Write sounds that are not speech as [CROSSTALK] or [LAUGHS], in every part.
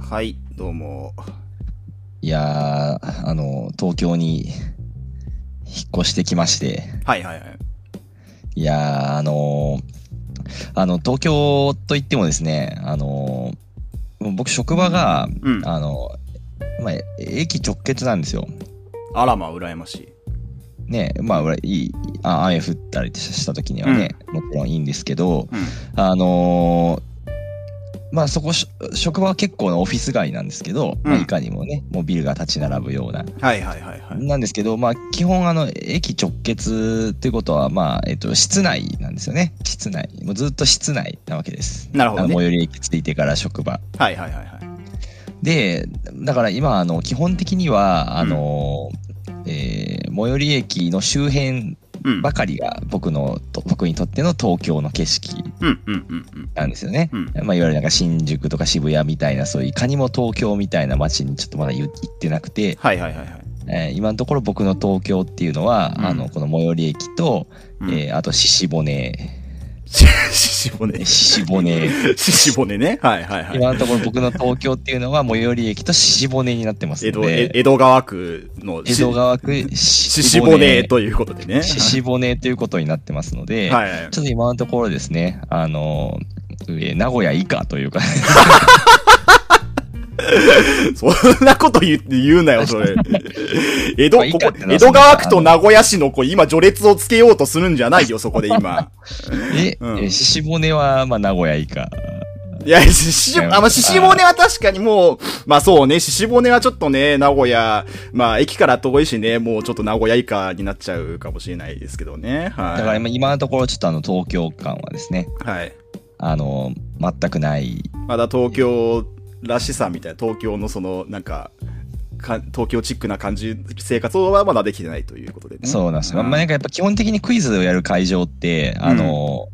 はい、どうも。いやー、あの、東京に引っ越してきまして、はいはいはい。いやー、あのーあの、東京といってもですね、あのーもう僕、職場が、うん。あの、まあ、え駅直結なんですよ。あらま、羨ましい。ね、まあ、俺いい、あ雨降ったりした時にはね、もちろんいいんですけど、うん。あのーまあそこし職場は結構なオフィス街なんですけど、まあうんいかにもねもうビルが立ち並ぶようなはいはいはいはい。なんですけど、まあ、基本あの駅直結っていうことは、まあえっと、室内なんですよね室内もうずっと室内なわけです、なるほあどの最ね。寄り駅着いてから職場はいはいはいはい。でだから今あの基本的にはあの、えー最寄り駅の周辺うん。ばかりが僕のと僕にとっての東京の景色うんうんうんうん。なんですよね、うん。まあ、いわゆるなんか新宿とか渋谷みたいなそういういかにも東京みたいな街にちょっとまだ行ってなくて、はいはいはいはい。えー今のところ僕の東京っていうのは、うんあのこの最寄り駅と、うんえーあと獅子骨ししぼ [LAUGHS] ね。[LAUGHS] 獅子骨ししぼねね。はいはいはい。今のところ僕の東京っていうのは最寄り駅と獅子骨になってます江の戸、えで江戸川区の江戸川区獅ししぼねということでね。獅子骨ということになってますので、はいはい。ちょっと今のところですねあの上名古屋以下というか [LAUGHS] そんなこと言って言うなよ、それ。江戸、まあいいこかこってな江戸川区と名古屋市の子、今、序列をつけようとするんじゃないよ、そこで今。でうんえー獅子骨はまあ名古屋以下いや、しし、違いますあ、まあ、ししぼねは確かにもう、まあそうね、ししぼねはちょっとね、名古屋、まあ駅から遠いしね、もうちょっと名古屋以下になっちゃうかもしれないですけどね。はい。だから今今のところちょっとあの東京感はですねはい。あの全くないまだ東京らしさみたいな、東京のその、なんか、か東京チックな感じ、生活はまだできてないということでね。そうなんですよ。まあ、なんかやっぱ基本的にクイズをやる会場って、あの、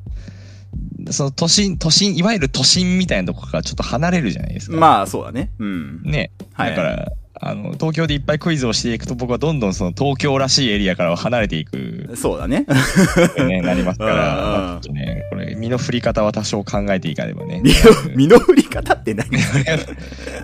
その都心、都心、いわゆる都心みたいなとこからちょっと離れるじゃないですか。まあ、そうだね。うん。ね。はい。だから、あの、東京でいっぱいクイズをしていくと僕はどんどんその東京らしいエリアからは離れていく、そうだね。 [LAUGHS] ね、なりますから、うんまあちょっとね、これ身の振り方は多少考えていかればね。 [LAUGHS] 身の、身の振り方って何い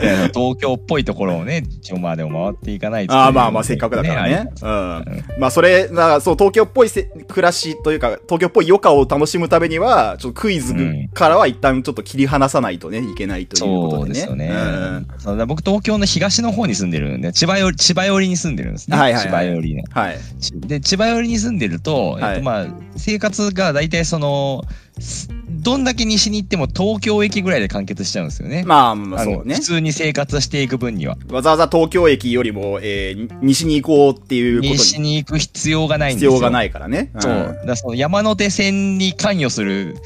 や東京っぽいところをね、一応まあでも回っていかないとああ、まあまあ、せっかくだからね。うん。まあそれ、だからそう、東京っぽいせ暮らしというか、東京っぽい余暇を楽しむためには、ちょっとクイズうんからは一旦ちょっと切り離さないとね、いけないというこそとうででね。すよね。うんそうだから僕、東京の東の方に住んでるんで、千葉寄り、千葉寄りに住んでるんですね。はいはいはい千葉寄りね。はい。ちで、千葉寄りに住んでると、はいえっと、まあ、生活が大体その、すどんだけ西に行っても東京駅ぐらいで完結しちゃうんですよね。まあ、まあ、あのそうね普。通に生活していく分には。わざわざ東京駅よりも、えー西に行こうっていうことに西に行く必要がないん必ですよ。。要がないいからね。そう。だからその山手線に関与する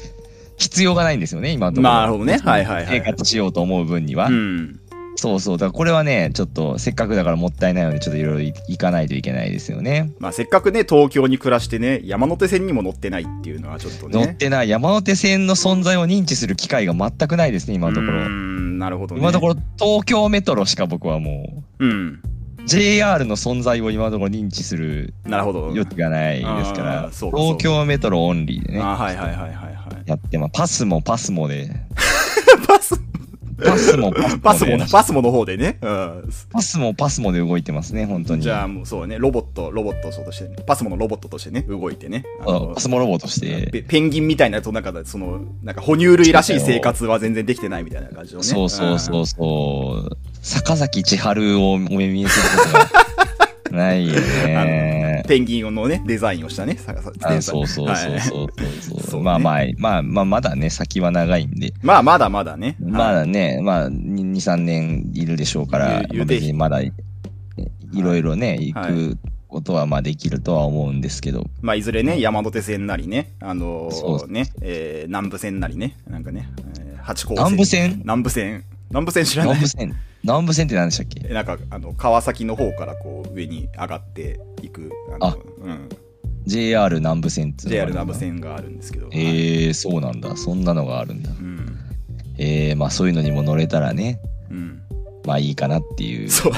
必要がないんですよね、今のところ。まあなるほどねはいはいはい生活しようと思う分には。うん。うん。そうそう。だからこれはね、ちょっとせっかくだからもったいないので、ちょっといろいろ行かないといけないですよね。まあせっかくね、東京に暮らしてね、山手線にも乗ってないっていうのはちょっとね。乗ってない山手線の存在を認知する機会が全くないですね、今のところうー。ん、なるほどね。今のところ東京メトロしか僕はもうん。う JR の存在を今のところ認知するなるほど。余地がないですかあーらそうかそうか東京メトロオンリーでねあはいはいはいはいはい。やってまあパスもパスもでパスパスもパス [LAUGHS] パスモもでの、パスモの方でね。うん。パスもパスもで動いてますね本当にじゃあもうそうね、ロボット、ロボットとしてね、パスモのロボットとしてね、動いてね。あそうのパスモロボとしてペペンギンみたいなと、なんか、その、なんか、哺乳類らしい生活は全然できてないみたいな感じのね。そうそううそん。うそう。坂崎千春をお目見えすることがないよね。 [LAUGHS] ペンギンのね、デザインをしたね、ささあそうそうそうはいそうそうそそうねう、まあまあ、まあまあ、まだね、先は長いんで。まあ、まだまだね。まはいだね、まあ、2、3年いるでしょうから、ゆゆまあ別にまだいいろいろね、行はいくことはまあできるとは思うんですけど、まあ、いずれね、山手線なりね、あのーそうそうね、えー南部線なりね、なんかね、えー八甲線。南部線南部線。 [LAUGHS] 南部線知らない南部線、南部線って何でしたっけえなんかあの川崎の方からこう上に上がっていくあのあうん、 ?JR 南部線ってい JR うのがあるんだ南部。線があるんですけど、はいえー、そうなんだ。そんなのがあるんだ。うんえー、まあそういうのにも乗れたらね、うん、まあいいかなってい [LAUGHS] う。そう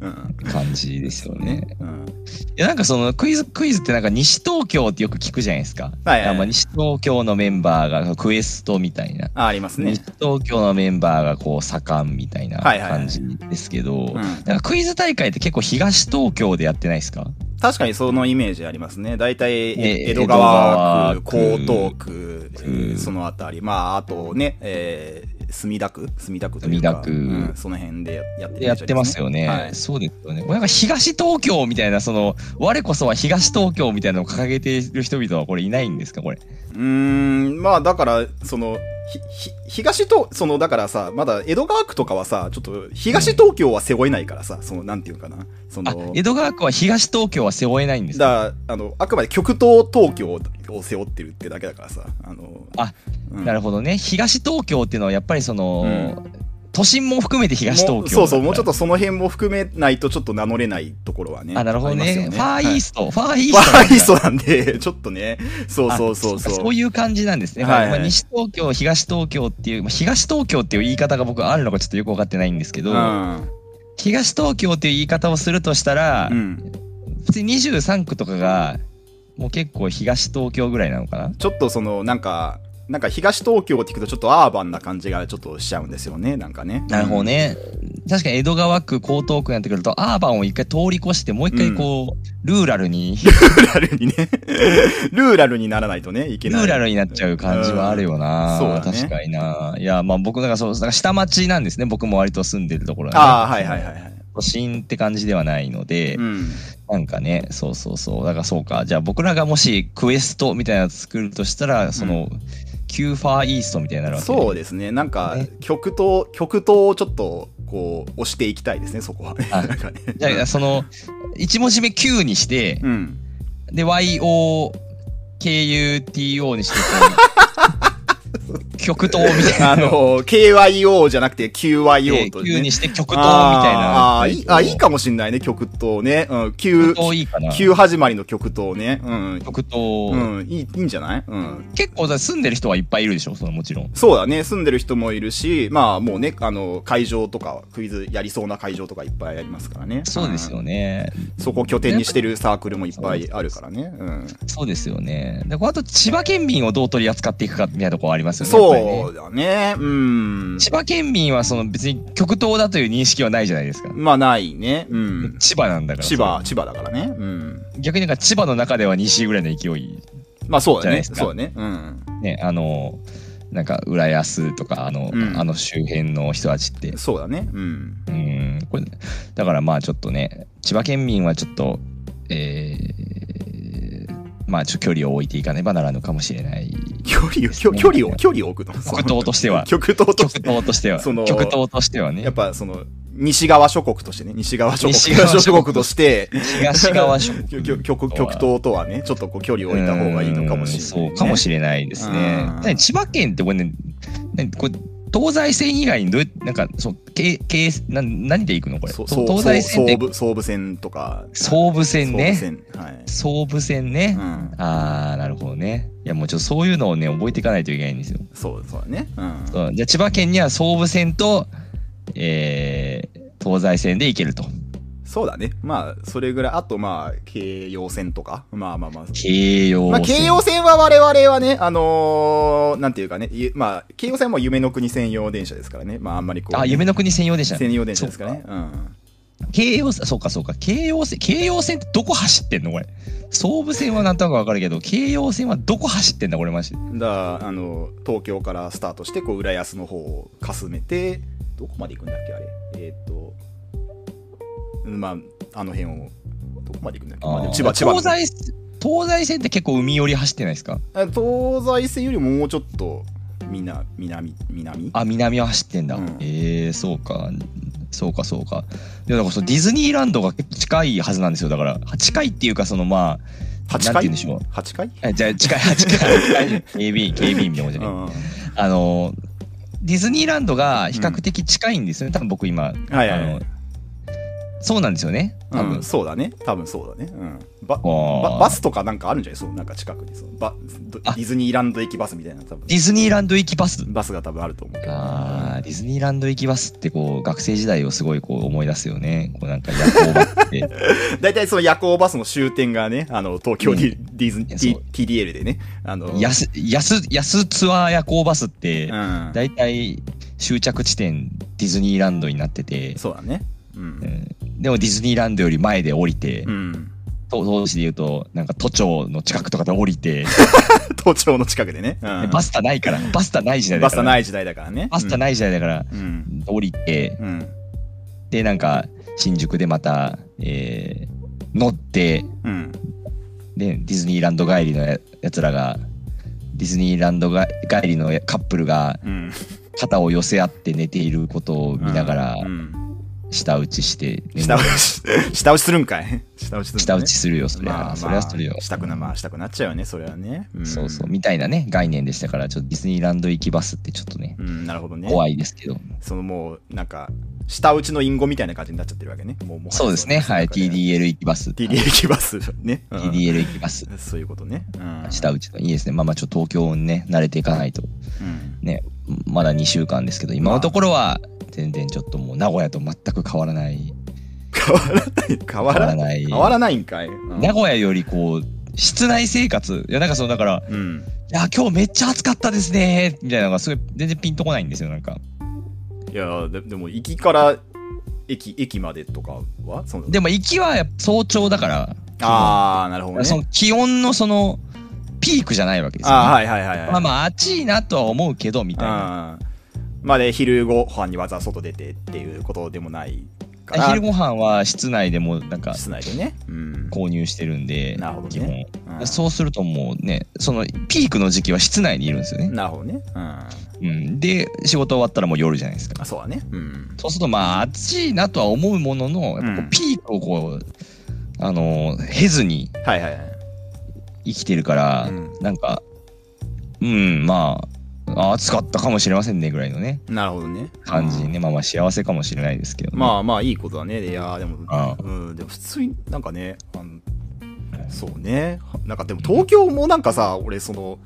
うん。感じですよね。うん。いやなんかそのクイズ、クイズってなんか西東京ってよく聞くじゃないですか。はいはいあまあ西東京のメンバーがクエストみたいな。あ、ありますね西。東京のメンバーがこう盛んみたいなはいはいはい感じですけうど、ん。なんかクイズ大会って結構東東京でやってないですか確かにそのイメージありますね。大体、ね江戸川区、江江戸川東区、え区ーそのあたり。まあ、あとね、えー、墨田区墨田区というか墨田区うんその辺でややってるイメやーっジありてますよね。はいそうですよね。なんか東東京みたいな、その、我こそは東東京みたいなのを掲げている人々はこれいないんですかこれ。うーん、まあだから、その、ひ、ひ、東と、その、だからさ、まだ江戸川区とかはさ、ちょっと、東東京は背負えないからさ、その、なんていうかな。そあ、の江、戸川区は東東京は背負えないんですかだ、あの、あくまで極東東京を背負ってるってだけだからさ、あの、あうん、なるほどね。東東京っていうのはやっぱりその、都心も含めて東東もう京。そうそう、もうちょっとと。その辺も含めないとちょっと名乗れないところはね。あ、なるほどありね。ますよファーイーススト、ファーイースト。はいト。ファーイーストなんで、ちょっとね、そうあ。そうそうそそうう。かそういう感じなんですね。はいはいまあ西東京、東東京っていう、まあ東東京っていう言い方が僕あるのかちょっとよくわかってないんですけど、うん。東東京っていう言い方をするとしたら、うん。普通に23区とかがもう結構東東京ぐらいなのかなちょっとその、なんか、なんか東東京って聞くとちょっとアーバンな感じがちょっとしちゃうんですよね、なんかね。なるほ [LAUGHS] どね確かに江戸川区江東区になってくるとアーバンを一回通り越してもう一回こう、ルーラルにルーラルにね、 [LAUGHS] ルーラルにならないとね、いけルない。ーラルになっちゃう感じはあるよな、うんそうだね確かにないやまあ僕なんかそうなんか下町なんですね僕も割と住んでるところなんでああ、はいはいはいはい。都心って感じではないので、うん。なんかねそうそうそうだからそうかじゃあ僕らがもしクエストみたいなの作るとしたらその、キューファーイーストみたいになるわけでそうですね、なんかね、極東、極東をちょっと、こう、押していきたいですね、そこは。あなんかね。じゃあ、その、1文字目 Q にして、うん。で、YOKUTO にして、こ [LAUGHS] う極東みたいな。あの、KYO じゃなくて QYO と Q ねに。して極東みたいな。あーあーいいあ、いいかもしんないね、極東ね。うん、Q 極、東いいかな。 Q 始まりの極東ね。うん。極東。うん、いい、いいんじゃないうん。結構だから住んでる人はいっぱいいるでしょ、そのもちろん。そうだね、住んでる人もいるし、まあもうね、あの、会場とか、クイズやりそうな会場とかいっぱいありますからね。そうですよね。うん。そこを拠点にしてるサークルもいっぱいあるからね。うん。そうですよね。で、こうあと千葉県民をどう取り扱っていくかみたいなところありますよね。やっぱりそねうだね、うん。千葉県民はその別に極東だという認識はないじゃないですか。まあないね。うん。千葉なんだから。千葉、千葉だからね。うん。逆になんか千葉の中では西ぐらいの勢いまあそうじだゃないでね。すそかうだね。うん。ね、あの、なんか、浦安とか、あの、うんあの周辺の人たちって。そうだね。うん。うん、これ、だからまあちょっとね、千葉県民はちょっと、えー、まあちょっと距離を置いていかねばならぬかもしれない。距離を、距距離を、距離を置くの。。極東としては [LAUGHS] 極東と極して。東としては。その極東としてやはねっ。ぱその、西側諸国としてね。西側諸国。西側諸国東側諸国として、東側諸 [LAUGHS] 極国。極極極東とはね、ちょっとこう距離を置いた方がいいのかもしれない、うんそうね。かもしれないですねうん。ね千葉県ってこれね、ねこれ東西線以外にどうやって、なんか、そう、けけなん何で行くのこれ。そう東そう西線って総武、総武線とか。総武線総ね。武線。はい。総武線ね。うん。あー、なるほどね。いや、もうちょっとそういうのをね、覚えていかないといけないんですよ。そう、そうだね。うん。そうじゃあ、千葉県には総武線と、えー、東西線で行けると。そうだね。まあ、それぐらい。あと、まあ、京葉線とか。まあまあまあ。京葉線。まあ、京葉線は我々はね、あのー、なんていうかね、ゆまあ、京葉線も夢の国専用電車ですからね。まあ、あんまりこう、あ、夢の国専用でした。専用電車ですからね。うん。京葉線、そうかそうか。京葉線、京葉線ってどこ走ってんのこれ。総武線はなんとなくわかるけど、京葉線はどこ走ってんだこれマジで。だからあの東京からスタートしてこう浦安の方をかすめてどこまで行くんだっけあれえーっとうんまああの辺をどこまで行くんだっけ、まあでも千葉千葉の東西、東西線って結構海寄り走ってないですかあ東西線よりももうちょっと南南南あ、南は走ってんだ。うんええー、そうか。そうか、そうか。いや、だからそのディズニーランドが結構近いはずなんですよ。だから、近いっていうか、そのまあ、 8なんて言うん回でしょう。八回えじゃあ、近い、近 [LAUGHS] い。警備員、警備員みたいなもんじゃうない。んはいあの、ディズニーランドが比較的近いんですよね。多分僕今、はいはあのい、そうなんですよね。多う分ん、。そうだね多分そうだねうんババあバースとかなんかあるんじゃないそうなんか近くにそのバどデあィズニーランド駅バスみたいな多分ディズニーランド行きバス。バスが多分あると思うけどあーディズニーランド行きバスってこう学生時代をすごいこう思い出すよね。こうなんか夜行バスって。大体その夜行バスの終点がね、あの、東京ディ,、ディズニいやそうー、T- TDL でね、あの、安、安、安ツアー夜行バスってう、ん。大体終着地点ディズニーランドになってて、そうだね。うん。うんでもディズニーランドより前で降りて、うん。と当時で言うと、なんか都庁の近くとかで降りて、都庁の近くでね。うん、バスタないから、バスタない時代だバかスら。タない時代だからね。バスタない時代だから、うん。降りて、うん。うん。で、なんか新宿でまた、えー乗って、うん。で、ディズニーランド帰りのややつらが、ディズニーランドが帰りのやカップルがうん。肩を寄せ合って寝ていることを見ながらうん。舌打ちして眠下打ち、下打ちするんかい。下打ちする、ね。舌打ちするよ、それは。まあ、それはするよまあ。したくな、まあ、したくなっちゃうよね、それはね。んそうそう、。みたいなね、概念でしたから、ちょっとディズニーランド行きバスってちょっとね、うん、なるほどね。怖いですけど。そのもう、なんか、下打ちの隠語みたいな感じになっちゃってるわけね。もう、もそうですね、はい、。TDL 行きバス。 TDL 行きバス。ね。うん TDL 行きバス。そういうことね。うん。下打ちのいいですね。まあまあ、ちょっと東京にね、慣れていかないと。うん。ね、まだ2週間ですけど、今のところは、全然ちょっともう、名古屋と全く変わらない。変わらない。変わ変わらならい。ない。変わらないんかい。うん名古屋よりこう、室内生活。いや、なんかその、だから、うん。いや、今日めっちゃ暑かったですね、みたいなのが、すごい、全然ピンとこないんですよ、なんか。いや、ででも、行きから駅、駅までとかはそのでも、行きはやっぱ早朝だから、ああ、なるほどそねの。気温のそのピークじゃないわけですよ、ね。ああ、はいはいはいはい。まあまあ暑いなとは思うけどみたいな。あまあで、昼ご飯にわざわざ外出てっていうことでもないから。昼ご飯は室内でもなんか室内でね。うん。購入してるんで、なるほどね基本。うんそうするともうね、そのピークの時期は室内にいるんですよね。なるほどね。うん。うん、で、仕事終わったらもう夜じゃないですか。あそうだね。うん。そうするとまあ暑いなとは思うものの、やっぱこうんうピークをこう、あのー経ずにはいはいはい。生きてるから、うんなんか、うん、まあ、あ暑かったかもしれませんねぐらいのね。なるほどね。感じね、まあまあ幸せかもしれないですけど、ね、まあまあいいことだね。いやーでもあ、あうん、でも普通になんかね、あのそうね。なんかでも東京もなんかさ、俺その、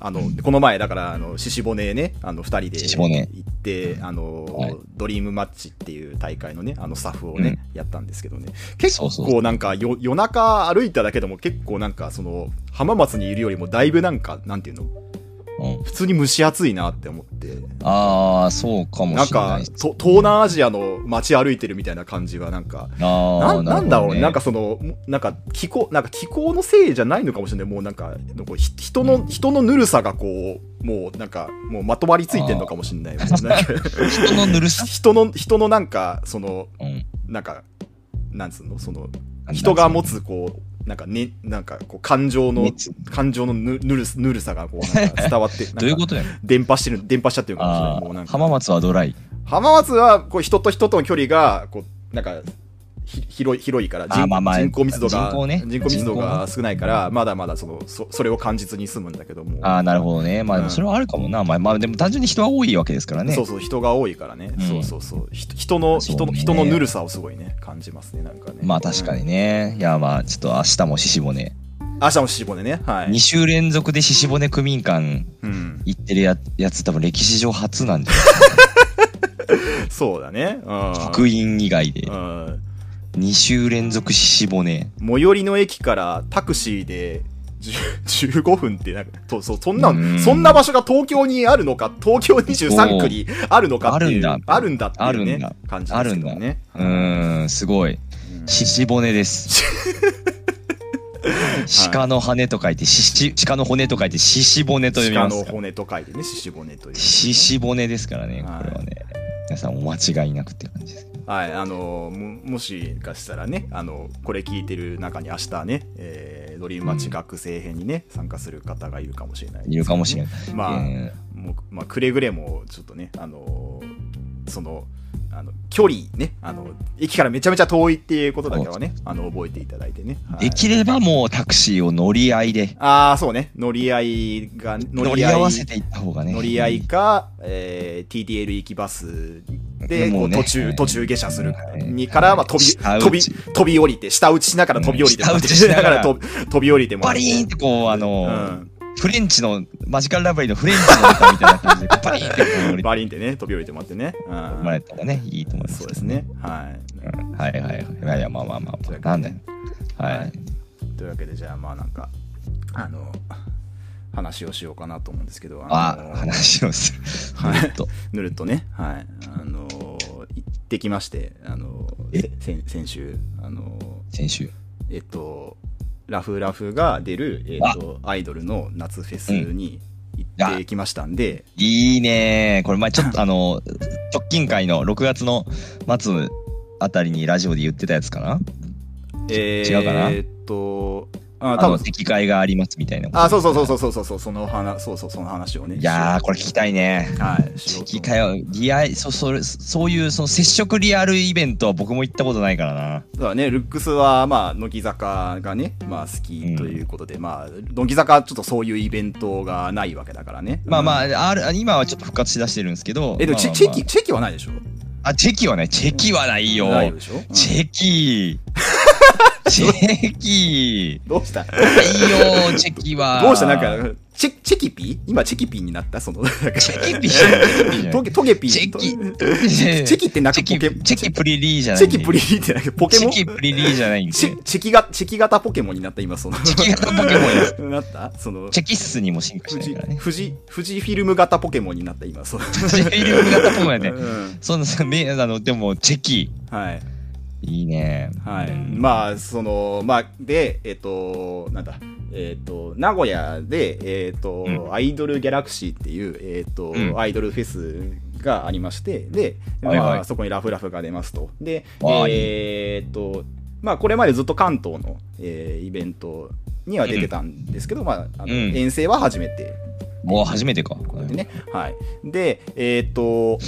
あの、この前だから、あの、獅子骨ね、あの、二人で獅子骨行って、あの、はいドリームマッチっていう大会のね、あの、スタッフをね、やったんですけどね。結そうそう構なんかよ、夜中歩いただけでも結構なんか、その、浜松にいるよりもだいぶなんか、なんていうの、うん、普通に蒸し暑いなって思って。ああそうかもなんしれなかいですと東南アジアの街歩いてるみたいな感じはなんかあなあんなんだろうね、なんかかその、もなんか気候、なんか気候のせいじゃないのかもしれない、もうなんか、こうひ人の、人のぬるさがこう、もうなんか、もうまとまりついてんのかもしれない。もうなんか人のぬるさ、人の、人のなんか、その、うん、なんか、なんつうの、その、人が持つ、こう、なんかね、なんかこう、感情の熱、感情のぬぬるぬるさがこう、なんか伝わって、なんか [LAUGHS] どういうことや伝播してる、伝播しちゃってるかもしれなあい。もうなんあか浜松はドライ浜松はこう人と人との距離がこうなんかひ広い広いからあー人,、まあまあ人口密度が人口ね人口密度人口が少ないからまだまだそのそそれを感じずに済むんだけども、ああなるほどねまあでうんもそれはあるかもな、まあ、まあでも単純に人は多いわけですからねそうそう人が多いからね、うんそうそうそうひ人のそう人のね人のぬるさをすごいね感じますねなんかねまあ確か、にね、いやまあちょっと明日も獅子骨、うん明日もしぼねねはい2、週連続で獅子骨区民館うん、行ってるややつ多分歴史上初な [LAUGHS] んじゃないそうだねうん福音以外でうん2週連続獅子骨最寄りの駅からタクシーで10 15分ってなんかとそうそんなうんそんな場所が東京にあるのか東京23区にあるのかっていうあるんだあるんだっていう、ね、あるんだ感じですけどね。うーん、すごい。うん獅子 [LAUGHS] 骨です。鹿の羽と書いて、獅子、鹿の骨と書いて、獅子骨と読み鹿まのすから。骨と書いてね、獅子骨という。獅子骨ですからね、はいこれはね。皆さんお間違いなくって感じです。はい、あのも、もしかしたらね、あの、これ聞いてる中に明日ね、えードリームマッチ学生編にね、参加する方がいるかもしれない、いるかもしれない。い。まあ、うんもうまあ、くれぐれもちょっとね、あのーそのあの距離ねあの、駅からめちゃめちゃ遠いっていうことだけはね、あの覚えていただいてね。はいできればもうタクシーを乗り合いで、ああ、そうね、乗り合いが、乗り合わせていった方がね。乗り合いか、えー TDL 行きバスで、もこううね途中、はい途中下車するはいにから、まあ、飛び、下打飛び、ち飛び降りて、下打ちしながら飛び降りてもらって、うん下打ちしなが [LAUGHS] ら飛び飛び降りてもらバって。リーンってこう、あの、うんフレンチの、マジカルラブリーのフレンチの歌みたいな [LAUGHS] 感じで、バリーンってこう降りてバリーンってね、飛び降りてもらってね。うんもらえたらね、いいと思いますそうけでどすね。はい。うんはいはいはい。いやいや、まあまあまというわけで。あなんだよ。ははいい。というわけで、じゃあ、まあなんか、あの、話をしようかなと思うんですけど、あの、話 [LAUGHS] をする。はいっと。ぬるっとね、はい、あの行ってきまして、あのえせ先先週、あの先週。えっと、ラフラフが出る、えっと、アイドルの夏フェスに行ってきましたんで、いいねーこれ前ちょっとあの、直近回の6月の末あたりにラジオで言ってたやつかなえ違うかなえっと、あ、あ多の、分敵会がありますみたいなこと。あ、そうそうそうそうそうそう、その話、そうそう、その話をね。いやー、これ聞きたいね。はい、しようと敵会は、リアそう、それ、そういう、その接触リアルイベントは僕も行ったことないからな。だからね、ルックスは、まあ、乃木坂がね、まあ、好きということで、まあ、乃木坂はちょっとそういうイベントがないわけだからね。まあまあ、あ、ある、今はちょっと復活しだしてるんですけど。え、でもまあチェまあチェキ、チェキはないでしょあ、チェキはね、チェキはないよ。ないでしょ、うんチェキチェ [LAUGHS] キどうしたどないよ、チェキは。うしたなんか、チェチェキピー今チェキピーになったその、なんかチェキピーじゃないトゲトゲピーチェキ、とチ [LAUGHS] チェチェキってなんかェポケキ、チェキプリリーじゃないチェキプリってなんかポケモンチェチキプリリーじゃないんで。チェチェキが、チェキ型ポケモンになった今、その、 [LAUGHS] ェキ型ポケモンなや。ったその、チェキッスにも進化し富士、ないからね。富士、富士フィルム型ポケモンになった今、その。富士フィルム型ポケモンやね。うんそんなさ、め、あの、でも、チェキ。はい。いいね。はい、うんまあそのまあでえっ、となんだえっ、と名古屋でえっ、と、うんアイドルギャラクシーっていうえっ、と、うんアイドルフェスがありましてで、まあはいはいそこにラフラフが出ますとでわあえっ、とまあこれまでずっと関東の、えーイベントには出てたんですけど、まああの、うん遠征は初めてもう初めてか。でね、はい。で、えーっと、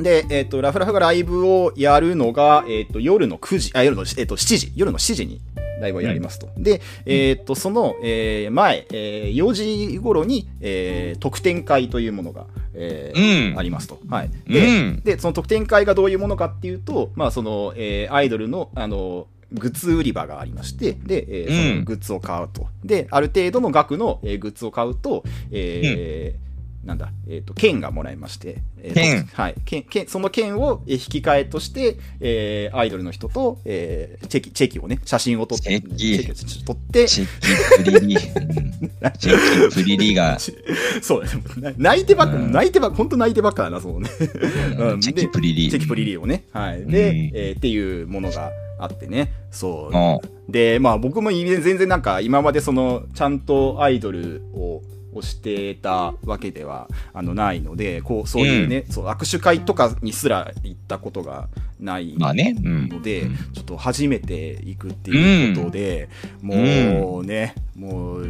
で、えーっと、ラフラフがライブをやるのが、えーっと、夜の9時、あ、夜の、えーっと、7時、夜の7時にライブをやりますと。で、えーっと、その、えー前、えー4時頃に、えー特典会というものが、えーうんありますと。はい。うで、ん。で、その特典会がどういうものかっていうと、まあ、その、えーアイドルの、あの、グッズ売り場がありまして、で、えーそうんのグッズを買うと。で、ある程度の額の、えーグッズを買うと、えーなんだ、えっ、と、券がもらえまして、えー券とはい、券、券、その券をえー引き換えとして、えーアイドルの人と、えーチェキ、チェキをね、写真を撮って、チェキをちょっと撮って、チェキプリリー。うんチェキプリリーが。 [LAUGHS] そう、な泣いてばっか、うん泣いてばっか、ほんと泣いてばっかだな、そのね。うんチェキプリリー。チェキプリリーをね。はい。で、うんえーっていうものがあってね。そうんう。で、まあ僕も全然なんか今までその、ちゃんとアイドルを、推してたわけではあのないので、こう、そういうね、そう握手会とかにすら行ったことがないまあね。うん。ので、うんちょっと初めて行くっていうことで、もうね、もう、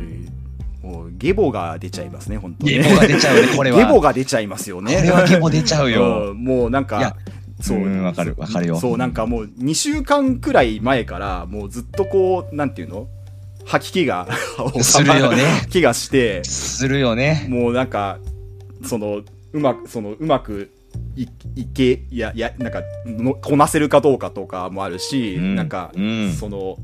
もうゲボが出ちゃいますね、本当ゲね。ボが出ちゃうね、これは。ゲボが出ちゃいますよね。これはゲボ出ちゃうよ。うんもうなんいやか、そうう。んわかるわかるよそう、なんかもう2週間くらい前から、もうずっとこう、なんていうの吐き気が、するよね。 [LAUGHS] 気がして、するよね。もうなんか、その、うまく、その、うまくい、いけ、いや、いや、なんか、のこなせるかどうかとかもあるし、うんなんか、うんその、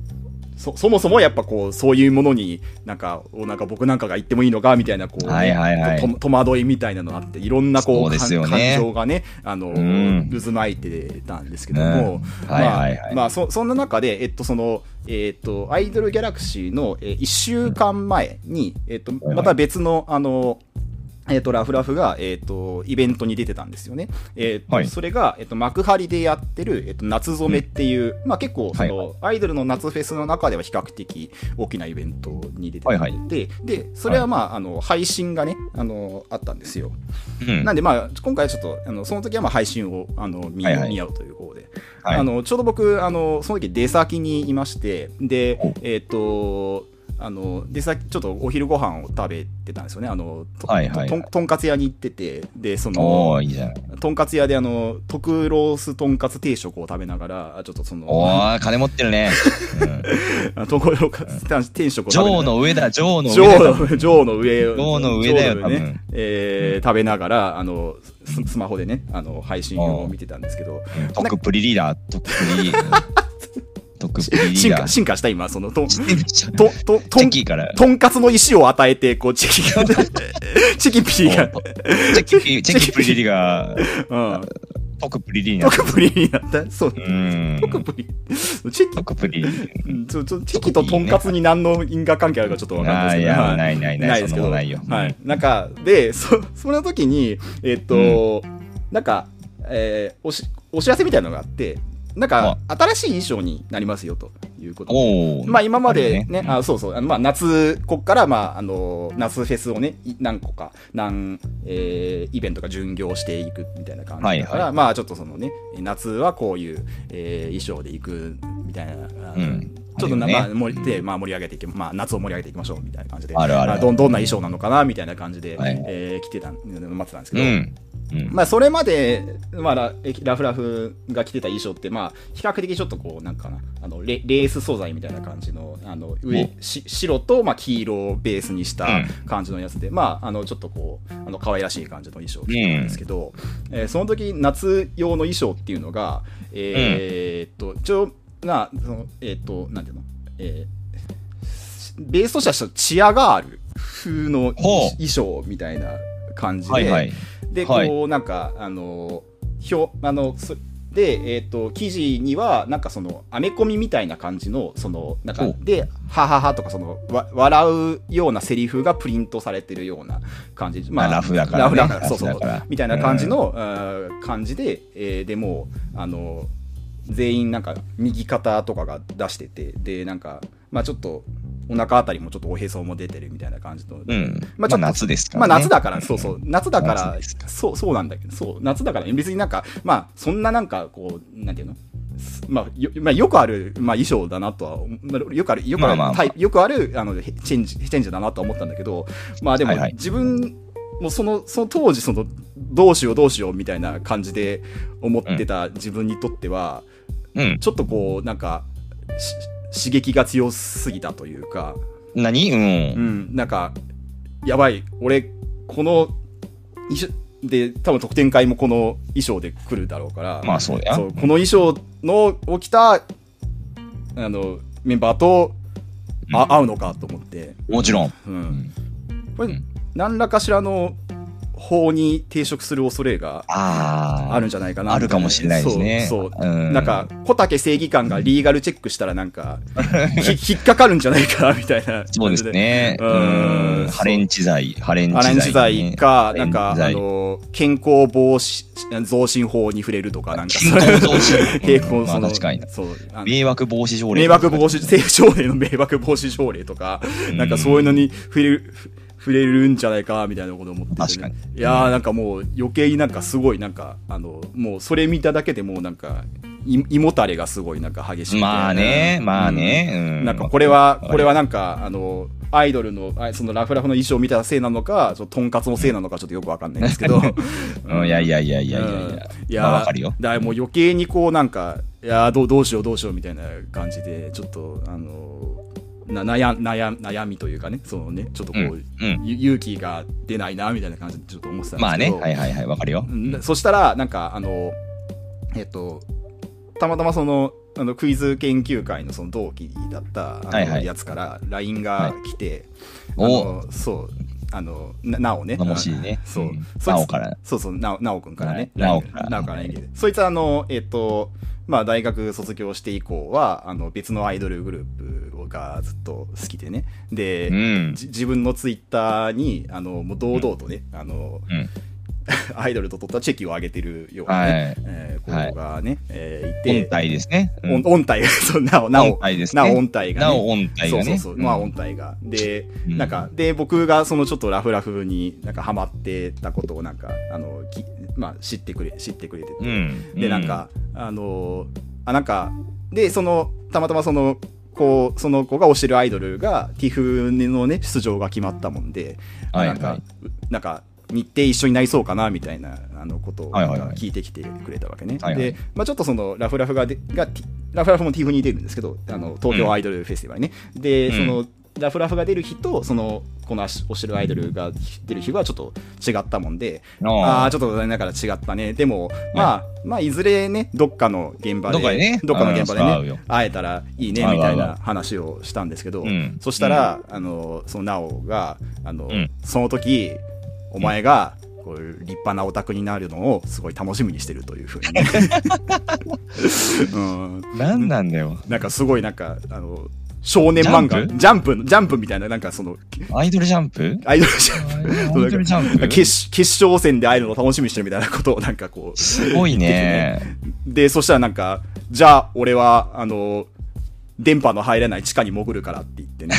そそもそもやっぱこうそういうものになんかおなんか僕なんかが言ってもいいのかみたいなこう、はいはいはいとと戸惑いみたいなのがあっていろんなこうそうですよね感感情がねあの、ん渦巻いてたんですけども、まあはいはいはい。まあそそんな中でえっとそのえっとアイドルギャラクシーの、え1週間前に、えっとはいまた別のあのえっとラフラフが、えっとイベントに出てたんですよね。えっとはいそれが、えっと幕張でやってる、えっと夏染めっていう、まあ、結構その、はいアイドルの夏フェスの中では比較的大きなイベントに出てて、はいはいでそれは、まああの配信がねあのあったんですよ。うんなんで、まあ、今回はちょっとあのその時はまあ配信をあの見,、はいはい見合うという方で。はいあのちょうど僕あのその時出先にいましてでおえっ、とあのでさっきちょっとお昼ご飯を食べてたんですよねあのと,、はいはいはいとんとんかつ屋に行っててでそおのー、いいじゃない。とんかつ屋であの特ロースとんかつ定食を食べながらあちょっとそおのー、金持ってるね。 [LAUGHS] うん、あとんか [LAUGHS] つ定食を食べながら女王の上だ、女王の女上だ。王の女王の上を女王の上だよ女王の上多分えー食べながらあのススマホでねあの配信を見てたんですけどうんトックプリリーダー、トックプリ [LAUGHS] リーダー。トックプリリー進ダ化ー。進化した今そのとん知ってるじゃんとととチェんキーから。とんかつの石を与えてこうチキ [LAUGHS] チキピーが、チェキー、チェキープリリーが、うん、トックプリリーになトる。クプリになったそううん。トクプリチキトックプリリー。うんちょちょチキととんかつに何の因果関係あるかちょっとわかんないですけどあーいやはないないないないですけどそんなもんないよはい、なんかでそその時にえっと、なんか、えーおしお知らせみたいなのがあってなんか新しい衣装になりますよということでおー。まあ今までね、ああそうそう、あのまあ夏、こっから、まあ、あの、夏フェスをね、い何個か、何、えーイベントが巡業していくみたいな感じだから、はいはまあちょっとそのね、夏はこういう、えー衣装で行くみたいな、あのうんちょっとな、あるよねまあ盛りで、まあ、盛り上げていき、まあ夏を盛り上げていきましょうみたいな感じで、あるあるまどんどんな衣装なのかなみたいな感じで、はいえー来てたん、待ってたんですけうど、ん。うん。まあ、それまで、まあ、ララフラフが着てた衣装って、まあ、比較的ちょっとこう、なんかな、あのレレース素材みたいな感じの、あの上し白と、まあ、黄色をベースにしたうん感じのやつで、まあ、あのちょっとこう、あの可愛らしい感じの衣装を着てたんですけど、えーその時夏用の衣装っていうのが、えーっと、一応、なそのえーっと、なんていうの、えーベースとしてはちょっとチアガール風のほう衣装みたいな感じで、はいはい。で、はいこうなんかあの表あのそで、えー、と記事にはなんかそのアメコミみたいな感じのそのなんかおで「ははは」とかそのわ笑うようなセリフがプリントされてるような感じ、まあラフだからねラフだからそうそうラフだからみたいな感じの、あー感じで、えーでもうあの全員なんか右肩とかが出しててでなんかまあちょっとお腹あたりもちょっとおへそも出てるみたいな感じの、うん。まあまあちょっと夏ですからまあね。夏だから、そうそう、夏だから夏です、かそう、そうなんだけど、そう、夏だから、別になんか、まあ、そんななんか、こう、なんていうのすまあ、よ,、まあ、よくある、まあ、衣装だなとは、まあよくある、よくある、まあまあまあタイプよくある、あの、へチェンジ、チェンジだなとは思ったんだけど、まあでも、はいはい自分もその、その当時、その、どうしようどうしようみたいな感じで思ってた自分にとっては、うん。ちょっとこう、なんか、し刺激が強すぎたというか、何う。うんん、なんか、やばい、俺、この衣装で、多分特典会もこの衣装で来るだろうから、まあそうやそ。うこの衣装のを着たあのメンバーと、あ会うのかと思って、もちろん。う、うんんこうれん、何らかしらの法に抵触する恐れがああ。あるんじゃないかなあるかもしれないですねそうそう、うんなんか小竹正義感がリーガルチェックしたらなん [LAUGHS] かひ引っかかるんじゃないかみたいなそうですね。ううんん。ハレンチ剤、ハレンチア剤ね。レンジ剤か、なんか、アあレンチ剤の、健康防止、増進法に触れるとか、 [LAUGHS] なんか、健康増進健康そまの、あ確かにそう、あの迷惑防止条例。迷惑防止、青少年の迷惑防止条例とか、うんなんかそういうのに触れる、触れるんじゃないか、みたいなこと思ってて、確かにいやー、なんかもう余計になんかすごい、なんか、あの、もうそれ見ただけでもうなんか、い胃もたれがすごいなんか激しくてまあね、まあね。うんなんかこれは、はいこれはなんか、あの、アイドルの、あそのラフラフの衣装を見たせいなのか、ちょっととんかつのせいなのか、ちょっとよくわかんないんですけど。 [LAUGHS] うん、いやいやいやいいやいやいや。いや、まあわかるよだからもう余計にこう、なんか、いやどう、どうしよう、どうしようみたいな感じで、ちょっと、あの、な悩悩悩みというかね、そのね、ちょっとこう、うんうんゆ勇気が出ないな、みたいな感じで、ちょっと思ってたんですけど。まあね、はいはいはい、わかるよ。うんそしたら、なんか、あの、えっと、たまたまその、あのクイズ研究会のその同期だったあのはいはいやつから LINE が来て、おあのそう、あの、ななおね。もしねあそううん。そいつなおからそうそう、なおなおくんからね。なお LINE からなおからねそいつ、あの、えっと、まあ、大学卒業して以降は、あの、別のアイドルグループがずっと好きでね。で、うん。じ自分のツイッターに、あの、もう堂々とね、あの、うん [LAUGHS] アイドルと撮ったチェキを上げてるようなね、はい。えー、子がね、えーい音て、体ですね。う音ん体、音体が、 [LAUGHS] そうなお、な音お、体ですね。なお音体が、ね。なお音体がそね。うそうそう、んまあ音体が。で、うんなんか、で、僕がそのちょっとラフラフになんかハマってたことをなんか、あの、きまあ知ってくれ、知ってくれてて、うん。で、なんか、あの、あ、なんか、で、その、たまたまその、こうその子が推してるアイドルが TIFF のね出場が決まったもんで、はいなんかはいうなんか日程一緒になりそうかなみたいなあのことをはいはいはいなんか聞いてきてくれたわけね、はいはいで、まあ、ちょっとそのラフラフがでが T- ラフラフも TIFF に出るんですけどあの東京アイドルフェスティバルね、でうんそのラフラフが出る日とそのこの推してるアイドルが出る日はちょっと違ったもんで、ああー、あちょっと残念ながら違ったね。でも、まあ、まあ、いずれね、どっかの現場で、どっかでねどっかの現場でうん会うねよ、会えたらいいね、会うみたい会うな会話をしたんですけど、うんそしたら、あの、そのなおが、あの、うんその時、お前が、こういう立派なオタクになるのをすごい楽しみにしてるというふうに、 [LAUGHS] ねうん、あ、なんなんだよ。なんかすごいなんかあの少年漫画ジャンプジャンプのジャンプみたいななんかそのアイドルジャンプアイドルジャンプアイドルジャンプ決決勝戦で会えるのを楽しみにしてるみたいなことをなんかこう [LAUGHS] すごいね。でそしたらなんかじゃあ俺はあの電波の入らない地下に潜るからって言ってね、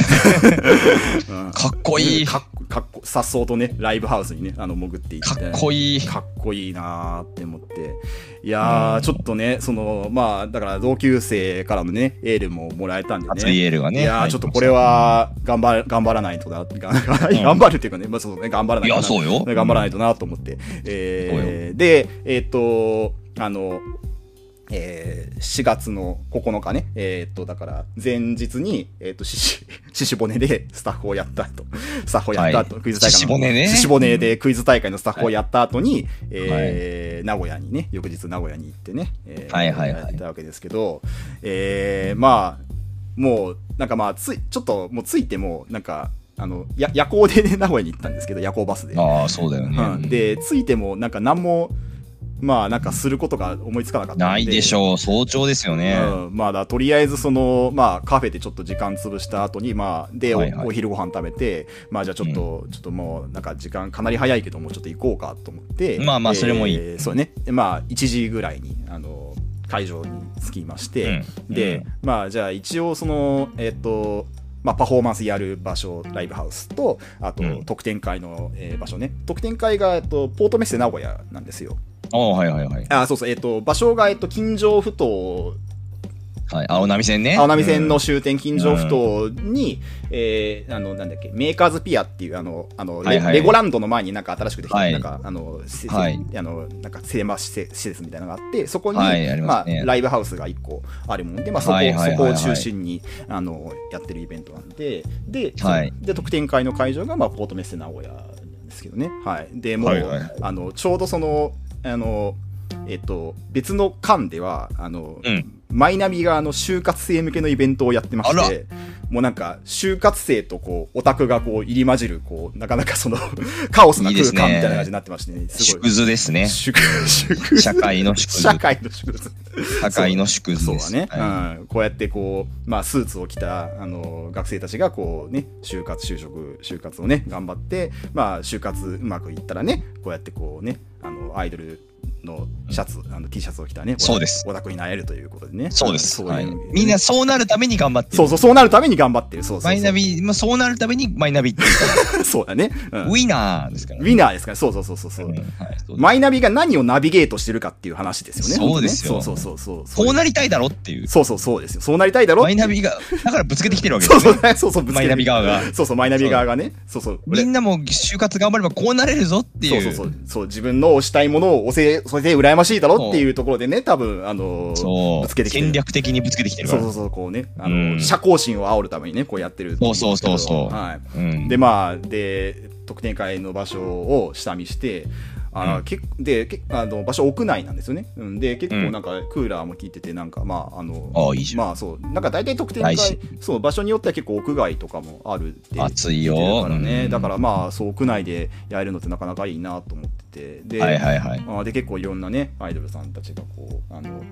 うんかっこいい。 [LAUGHS] かかっこかっこさっそうとねライブハウスにねあの潜っていってっこいい。かっこいいなーって思っていやー、うんちょっとねそのまあだから同級生からのねエールももらえたんで熱いねエールがね。いやーちょっとこれ。は頑張る頑張らないとな、頑張う [LAUGHS] ん頑張るっていうかね、まあそうね、頑張らないいとなや、そうよ。頑張らないとなと思って、えーでえーっ、とあのえー4月の9日ね、えーっと、だから、前日に、えーっと、獅 [LAUGHS] 子、獅子骨でスタッフをやった [LAUGHS] と、スタッフをやった後、はいクイズ大会の。獅子骨ね獅子骨でクイズ大会のスタッフをやった後に、えー名古屋にね、翌日名古屋に行ってね、えーはいはいはいやってたわけですけど、えーまあ、もう、なんかまあ、つい、ちょっと、もうついても、なんか、あの、や夜行でね、名古屋に行ったんですけど、夜行バスで。ああ、そうだようね。ん、でついてもなんか何もまあなんかすることが思いつかなかったんないでしょう。早朝ですようね。ん、まあだとりあえずそのまあカフェでちょっと時間潰した後にまあでお,、はいはい昼ご飯食べてまあじゃあちょっと、ちょっともうなんか時間かなり早いけどもうちょっと行こうかと思ってまあまあそれもいいえーそうねでまあ1時ぐらいにあの会場に着きまして、うんで、うんまあじゃあ一応そのえっ、とまあ、パフォーマンスやる場所、ライブハウスと、あうと、ん特典会の、えー場所ね。特典会が、えっと、ポートメッセ名古屋なんですよ。ああ、はいはいはい。あ、そうそう、えっと、場所が、えっと、近所ふ頭はい、青波線ね。青波線の終点近所ふ頭に、えーあの、なんだっけ、メーカーズピアっていう、あの、あの、レはいはいレゴランドの前になんか新しくできた、はいなんか、あの、せはいあの、なんか、狭施設施設みたいなのがあって、そこに、はいありままあすね、ライブハウスが一個あるもんで、まあ、そこ、はいはいはいはいそこを中心に、あの、やってるイベントなんで、で、はいで、特典会の会場が、まあ、ポートメッセ名古屋なんですけどね。はい。で、もう、はいはいあの、ちょうどその、あの、えっと、別の館では、あの、うんマイナビがあの就活生向けのイベントをやってましあて、もうなんか、就活生とこう、オタクがこう、入り混じる、こう、なかなかその、 [LAUGHS] カオスないい空です間ねみたいな感じになってましてね、すご縮い。図ですね。宿宿社会の宿図社会の宿図社会の縮図そうでだす。ね、はうん、こうやってこう、まあ、スーツを着たあの学生たちがこう、ね、就活就職就活をね頑張って、まあ、就活うまくいったらねこうやってこうねあのアイドルのシャツ、あの T シャツを着たねそうですオタクになれるということでねいそうです。んはいいうみんなそうなるために頑張ってそるう。そうそうなるために頑張ってるそうそうそうマイナビ、まあそうなるためにマイナビっていう [LAUGHS] かそうだね、うんウィナーですからウね。ィナーですからそうそうそうそうそう、うんはいそうマイナビが何をナビゲートしてるかっていう話ですよね。そうですよ本当ねそうそうそうそう。こうなりたいだろっていう。そうそうそうですよ。そうなりたいだろっマていイうナビが、だからぶつけてきてるわけでそうすそよ。う、そうそう、ぶつけマてイナビ側が。そうそう、マイナビ側がね。そうそう、みんなも就活頑張ればこうなれるぞってそういそうう。そう、そう、自分の推したいものを押せ、それで羨ましいだろっていうところでね、多分、あのーそうぶつけてきてる戦略的にぶつけてきてるかそうら。そうそう、こうね、あのうーん社交心を煽るためにね、こうやってる。そうそうそうそうはうんい。で、まあ、で、特典会の場所を下見して、あのうん結でけあの場所屋内なんですよね。うんで結う構んなんかクーラーも効いててなんかまああのああいいじゃんまあそうなんか大体特典会大事そう場所によっては結構屋外とかもあるって熱いだよからね、うんだからまあそう屋内でやるのってなかなかいいなと思っててで,、はいはいはい。あーで結構いろんなねアイドルさんたちがこうあの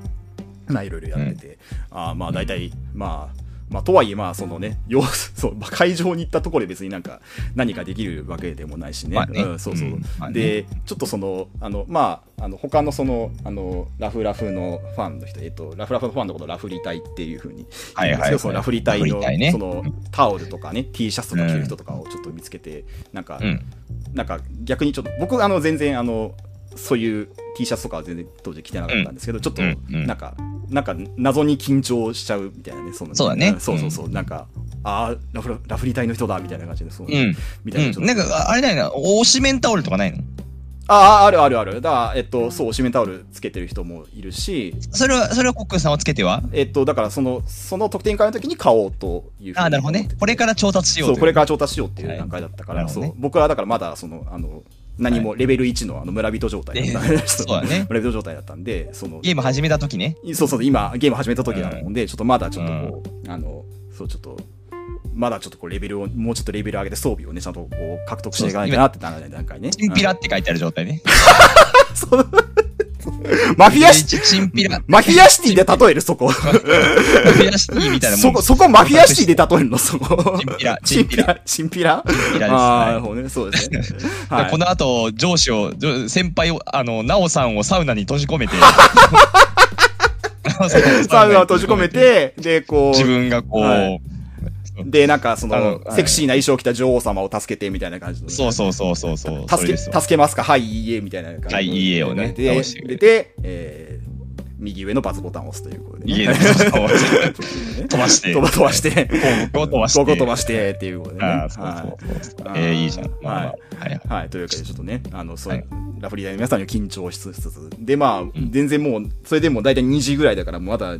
まあいろいろやってて、あーまあ大体、まあまあ、とはいえ、まあ、そのね、要そう、 [LAUGHS] まあ会場に行ったところで別になんか、何かできるわけでもないしね。まあねうん、そうそう。うんまあねで、ちょっとその、あの、まあ、あの、他のその、あの、ラフラフのファンの人、えっと、ラフラフのファンのことをラフリ隊っていうふうにはいはいはいそのラフリ隊ラのフリ隊ねそのタオルとかね T シャツとか着る人とかをちょっと見つけて、なんか、うん。なんか逆にちょっと僕あの全然あのそういう T シャツとかは全然当時着てなかったんですけど、ちょっとうんうんなんかなんか謎に緊張しちゃうみたいなねそのそうだねんそうそうそう、なんかああラフラフリー隊の人だみたいな感じでそう、うん。みたいなちょっと、うん。なんか、あれだよな、おしめんタオルとかないのあああるあるあるだからえっとそうおしめタオルつけてる人もいるしそれは、それはコックンさんはつけてはえっとだからそのその特典会の時に買おうというふうにああ、なるほどね。これから調達しよう。そうこれからら調達しようっていうはい段階だったから、なるほそどうね僕はだからまだそのあの何もレベル1のあの村人状態だったんで、 [LAUGHS] そうだね村人状態だったんでそのゲーム始めた時ね。そうそう今ゲーム始めた時なので、ちょっとまだちょっとこう、あのそうちょっとまだちょっとこうレベルをもうちょっとレベル上げて装備をねちゃんとこう獲得していかないかなって段階ね。チンピラって書いてある状態ね。うんそうマフィアシティチチンピラ。マフィアシティで例えるそこ増やしていいみたいなもそん。こそこマフィアシティで例えるのそこチンピラチンピラチンピラチンピラです。ああなはるいほどねそうですね [LAUGHS] だからはいこの後、上司を、上先輩を、あの、ナオさんをサウナに閉じ [LAUGHS] 込めて、ナオさんをサウナを閉じ込め、てでこ自う分がこう、はいでなんかそあののはいセクシーな衣装を着た女王様を助けてみたいな感じのそうそうそうそうそう、そ助れけですわ助けますかはい、いいえみたいな感じはいいいえをねで倒してくれででえー右上のバツボタンを押すということで、ね。家で飛ばし [LAUGHS] て、飛ば飛ばして、こう飛ばしてここ飛ばしてっていうことでね。ああ、そうそうそうそう。はいえー、いいじゃん。まあまはあ、はいはい。い。はい、というわけで、ちょっとね、あの、そう、はいラフリーダーの皆さんには緊張しつつ、で、まあ、ん全然もう、それでもう大体2時ぐらいだから、まだ、なん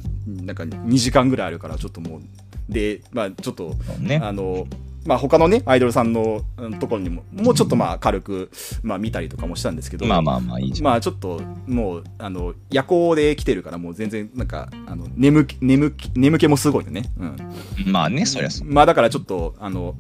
か2時間ぐらいあるから、ちょっともう、で、まあ、ちょっと、そうね。あの、まあ、他のね、アイドルさんのうんところにも、もうちょっとまあ、軽く、まあ、見たりとかもしたんですけど、まあまあまあ、いいじゃん。まあちょっともうあの夜行で来てるからもう全然なんかあの眠気眠気眠気もすごいよね、うん、まあね、そりゃそう。まあだからちょっとあの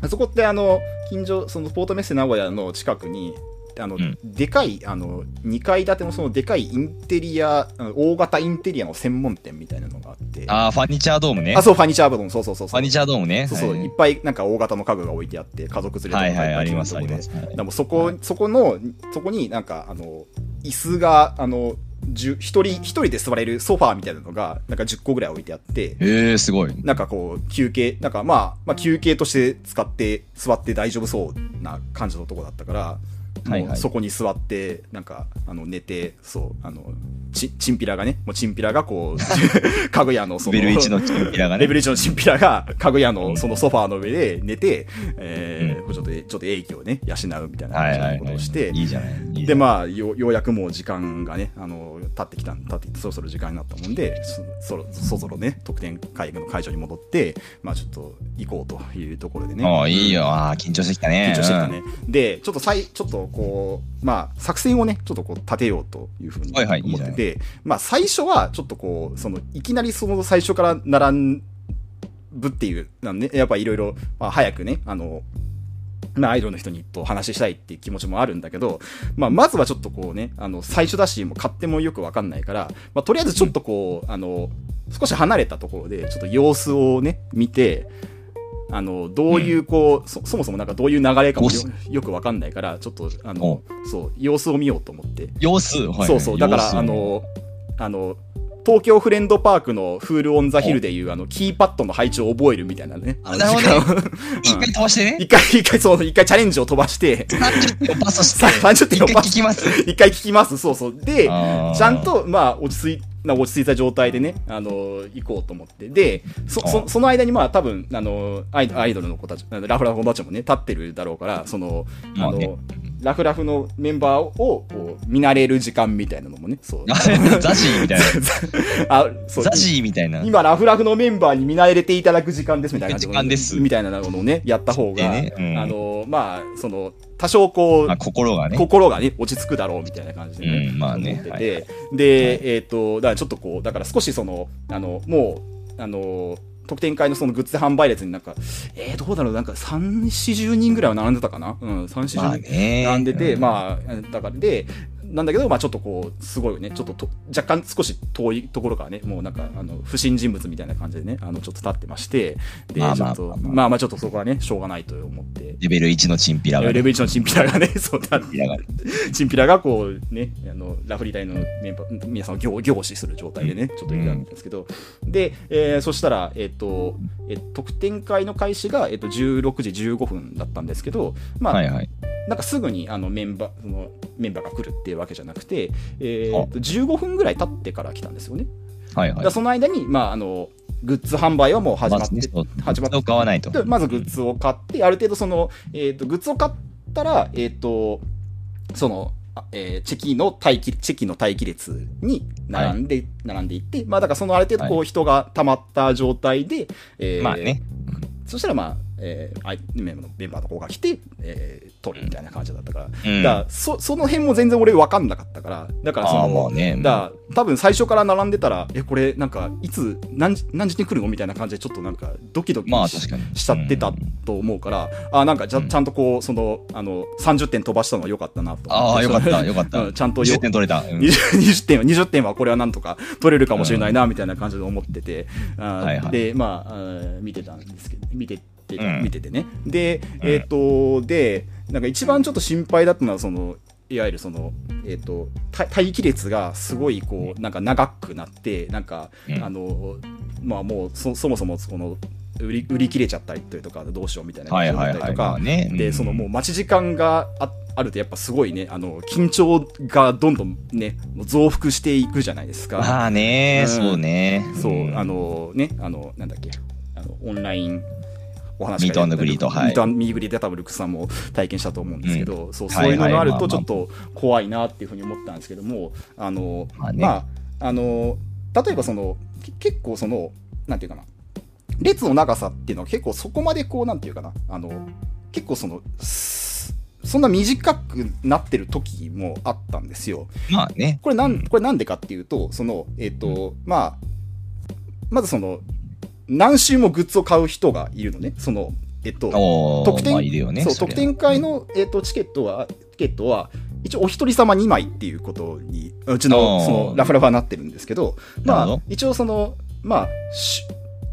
あそこってあの近所そのポートメッセ名古屋の近くにあの、うんでかいあの2階建てのそのでかいインテリアあの大型インテリアの専門店みたいなのがあってああ、ファニチャードームね。あフそうファニチャー部のそうそうそうそァうニチャードームね。そうそう、はいいっぱいなんか大型の家具が置いてあって家族連れとかがはいっぱはいい、あり来てるます、とあこりでます。はいだからもうそこ、そこの、そこになんか、あの、椅子が、あの、じゅ一人、一人で座れるソファーみたいなのが、なんか10個ぐらい置いてあって、えー、すごい。なんかこう、休憩、なんかまあ、まあ休憩として使って、座って大丈夫そうな感じのとこだったから、はいはいもうそこに座って、なんか、あの、寝て、そう、あの、ち、チンピラがね、もうチンピラがこう、 [LAUGHS] [LAUGHS] 家具屋のそレの、ベル1のチンピラがレねベ。ル1のチンピラが家具屋のそのソファーの上で寝て、えーちょっと、ちょっと英気をね、養うみたいなはいはい、ことをして、いいじゃない。いいじでゃないまあよようやくもう時間がねあの経ってきた経ってきてそろそろ時間になったもんでそそろそろそろね特典会の会場に戻ってまあちょっと行こうというところでねああ、いいよ。ああ、緊張してきたね。緊張してきたね、でちょっとさいちょっとこうまあ作戦をねちょっとこう立てようというふうにはいはいいい思じってゃないて、まあ最初はちょっとこうそのいきなりその最初から並ぶっていうなんねやっぱいろいろまあ早くねあのまあアイドルの人にと話したいっていう気持ちもあるんだけど、まあ、まずはちょっとこうね、あの、最初だし、もう買ってもよくわかんないから、まあ、とりあえずちょっとこう、あの、少し離れたところで、ちょっと様子をね、見て、あの、どういう、こう、そ、そもそもなんかどういう流れかもよ様よくわかんないから、ちょっと、あおの、そう、様子を見ようと思って。様子、はいはいそうそう、だから、あ、様子の、あの、東京フレンドパークのフールオンザヒルでいう、あの、キーパッドの配置を覚えるみたいなね。あのなるほどね時間を一回飛ばしてね一。回、一回、そう、一回チャレンジを飛ばして、 30点をパスして、 30点を一パ回ス聞きます。一回聞きます、そうそう。で、あーちゃん、と、まあ、落ち着いな落ち着いた状態でね、あのー行こうと思って。で、そ、あそーその間に、まあ、多分、あのーアイ、アイドルの子たち、あのラフラフの子たちもね、立ってるだろうから、その、あまのあーねラフラフのメンバーを、こう、見慣れる時間みたいなのもね、そう。 [LAUGHS] ザジーみたいな。あ、 [LAUGHS] そうザ。ジーみたいな。今、ラフラフのメンバーに見慣れていただく時間ですみたいな感じの時間ですみたいなのをね、やった方が、でねうんあのーまあ、その、多少こう、まあ、心がね。心がね、落ち着くだろうみたいな感じで、ねうんまあね思ってはいて、で、えっ、と、だからちょっとこう、だから少しその、あの、もう、あの、特典会のそのグッズ販売列になんか、えー、どうだろう、なんか3、40人ぐらいは並んでたかなうん、3、40人。まあね。並んでて、うまあ、だからで、なんだけど、まあちょっとこう、すごいね、ちょっとと若干少し遠いところからね、もうなんか、あの、不審人物みたいな感じでね、あの、ちょっと立ってまして、で、まあちょまっあと、まあまあまあちょっとそこはね、しょうがないと思って、レベル1のチンピラがレね。ベル1のチンピラがね、そうだチンピラがチンピラがこうね、あのラフリー隊のメンバー、皆さんを凝凝視する状態でね、ちょっといたんですけど、で、えーそしたら、えっ、と、え得点会の開始が、えっと16時15分だったんですけど、まあ、はいはい。なんかすぐにあのメンバー、そのメンバーが来るっていうわけじゃなくて、えあー、と15分ぐらい経ってから来たんですよね。はいだはからい。その間に、まあ、あのグッズ販売はもう始まって、まずねそう始まっグッズを買わないとでまずグッズを買って、ある程度その、えー、とグッズを買ったら、えっ、と、その、あえーチェキの待機、チェキの待機列に並んで、並んでいって、まあだからそのある程度こう人が溜まった状態で、えーまあね。そしたらまあ、えーあいメンバーのメンバーの子が来て、えー取るみたいな感じだったから、うん。だからそその辺も全然俺分かんなかったからだからそああ、まのあね。だから多分最初から並んでたらえこれなんかいつ何時何時に来るのみたいな感じでちょっとなんかドキドキまあし確かに。しちゃってたうんと思うから、あなんかじゃうんちゃんとこうそのあの30点飛ばしたのは良かったなとああ、よ [LAUGHS] かった、よかっうた。んちゃんとよ10点取れた。うん 20, 20点は20点はこれはなんとか取れるかもしれないなみたいな感じで思ってて、あーはいはいでまああー見てたんですけど見てて、うん見ててねでうんえっ、とでなんか一番ちょっと心配だったのはそのいわゆるそのえっ、とた待機列がすごいこうなんか長くなってなんか、うんあのまあもうそそもそもこの売り売り切れちゃったりというとかどうしようみたいなはいだはったいはりとい。かまあね。うんでそのもう待ち時間がああるとやっぱすごいねあの緊張がどんどんねもう増幅していくじゃないですか。まあね、うんそうね。そうあの、のねあのなんだっけあのオンラインお話ミートアンドグリートはいミートアンミーグリートダブルクさんも体験したと思うんですけど、そうはいそうはいいうのがあるまとあちまあょっと怖いなっていうふうに思ったんですけどもあのまあねまああの例えばそのけ結構そのなんていうかな列の長さっていうのは結構そこまでこうなんていうかなあの結構そのすそんな短くなってる時もあったんですよ。まあね。これなうんんこれなんでかっていうとそのえっ、とまあまずその何周もグッズを買う人がいるのねそのえっ、とお特典ー、まあいるよね。そうそり特ゃ典会の、えっとチケットはチケットは一応お一人様2枚っていうことにうちのあーそのラフラフはなってるんですけどまなるほあど一応そのまあし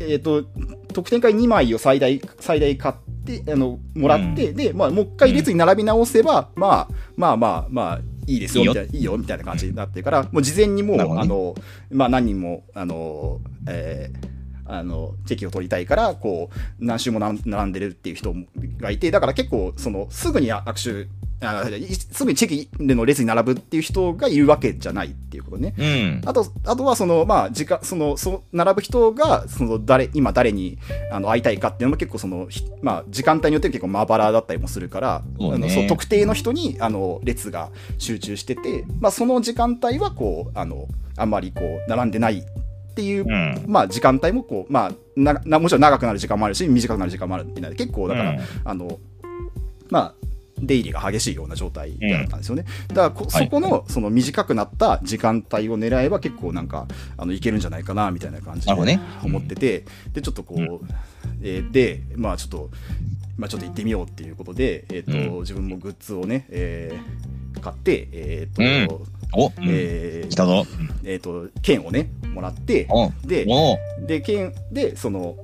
えっ、と特典会2枚を最大最大買ってあのもらって、でまあもう一回列に並び直せば、まあまあまあまあいいですよいいみよたいないいよみたいな感じになってから、もう事前にもう、なるほどねあのまあ何人もあのえーあのチェキを取りたいからこう何周もな並んでるっていう人がいてだから結構そのすぐに握手あいすぐにチェキでの列に並ぶっていう人がいるわけじゃないっていうことね。うん。あと、あとはその、まあ、時間、その、そ並ぶ人が、その、誰、今誰に、あの、会いたいかっていうのも結構その、ひまあ、時間帯によって結構まばらだったりもするから、そうねあのそう特定の人に、あの、列が集中してて、まあ、その時間帯は、こう、あの、あんまりこう、並んでないっていううん。まあ、時間帯もこう、まあなな、もちろん長くなる時間もあるし、短くなる時間もあるみたいな、結構だから、うんあのまあ、出入りが激しいような状態だったんですよね。だからこ、そこのその短くなった時間帯を狙えば、結構なんかあのいけるんじゃないかなみたいな感じでなるほどね思ってて、で、ちょっとこう、うんえーで、まあ、ちょっと、まあ、ちょっと行ってみようっていうことで、えーとうん自分もグッズをね、えー買って、えーとお、うんえー来たぞ。えーと券をね、もらって、お、で、お、で県でその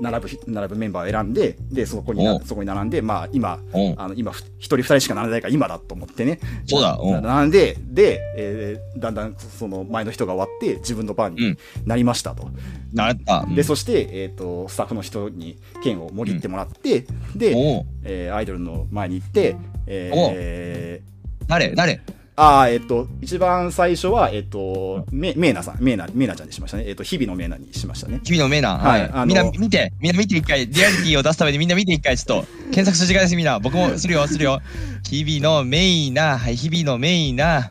並ぶ並ぶメンバーを選んででそこになおうそこに並んでまあ今お、あの今ふ一人二人しか並んでないから今だと思ってねそうだ、おな、並んでで、えーだんだんその前の人が終わって自分の番うにんなりましたと、なった。うんでそして、えー、とスタッフの人に券をもぎってもらって、で、お、えーアイドルの前に行って、えー誰、誰ああ、えっと、一番最初は、えっと、め、めいなさん、めいな、めいなちゃんにしましたね。えっと、日々のめいなにしましたね。君のメーナー。ははいいあ。のみんな見て、みんな見て一回、リアリティを出すためにみんな見て一回、ち [LAUGHS] ょっと検索して時間です、みんな。僕もするよ、するよ。日々のメイナー、はい、日々のメイナ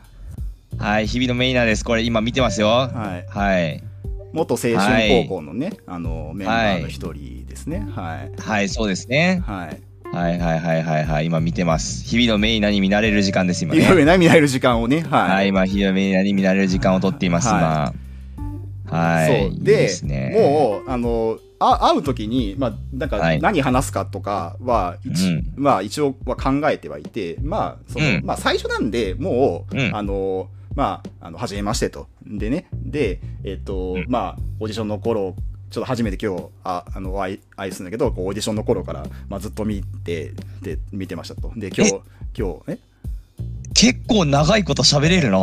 ー。はい、日々のメイナーです。これ今見てますよ。はい。はい。元青春高校のね、あのメンバーの一人ですね。はい。はい、そうですね。はい。はいはいはいはいはい、今見てます。日々のメイナーに見慣れる時間です、今いね。ろいろな見られる時間をね、はい。はい、今、日々のメイナーに見慣れる時間をとっています、は今。はい。そいういでですね。もうあのあ会う時に、まあ、なんかはい何話すかとかは一,、うんまあ、一応は考えてはいて、まあそのうんまあ、最初なんでもう、うんあのまあ、あの初めましてと。でね、で、えっ、と、うんまあ、オーディションの頃、ちょっと初めて今日、ああの、お会い会いするんだけど、こうオーディションの頃から、まあ、ずっと見て、で、見てましたと。で、今日、今日、え結構長いこと喋れるな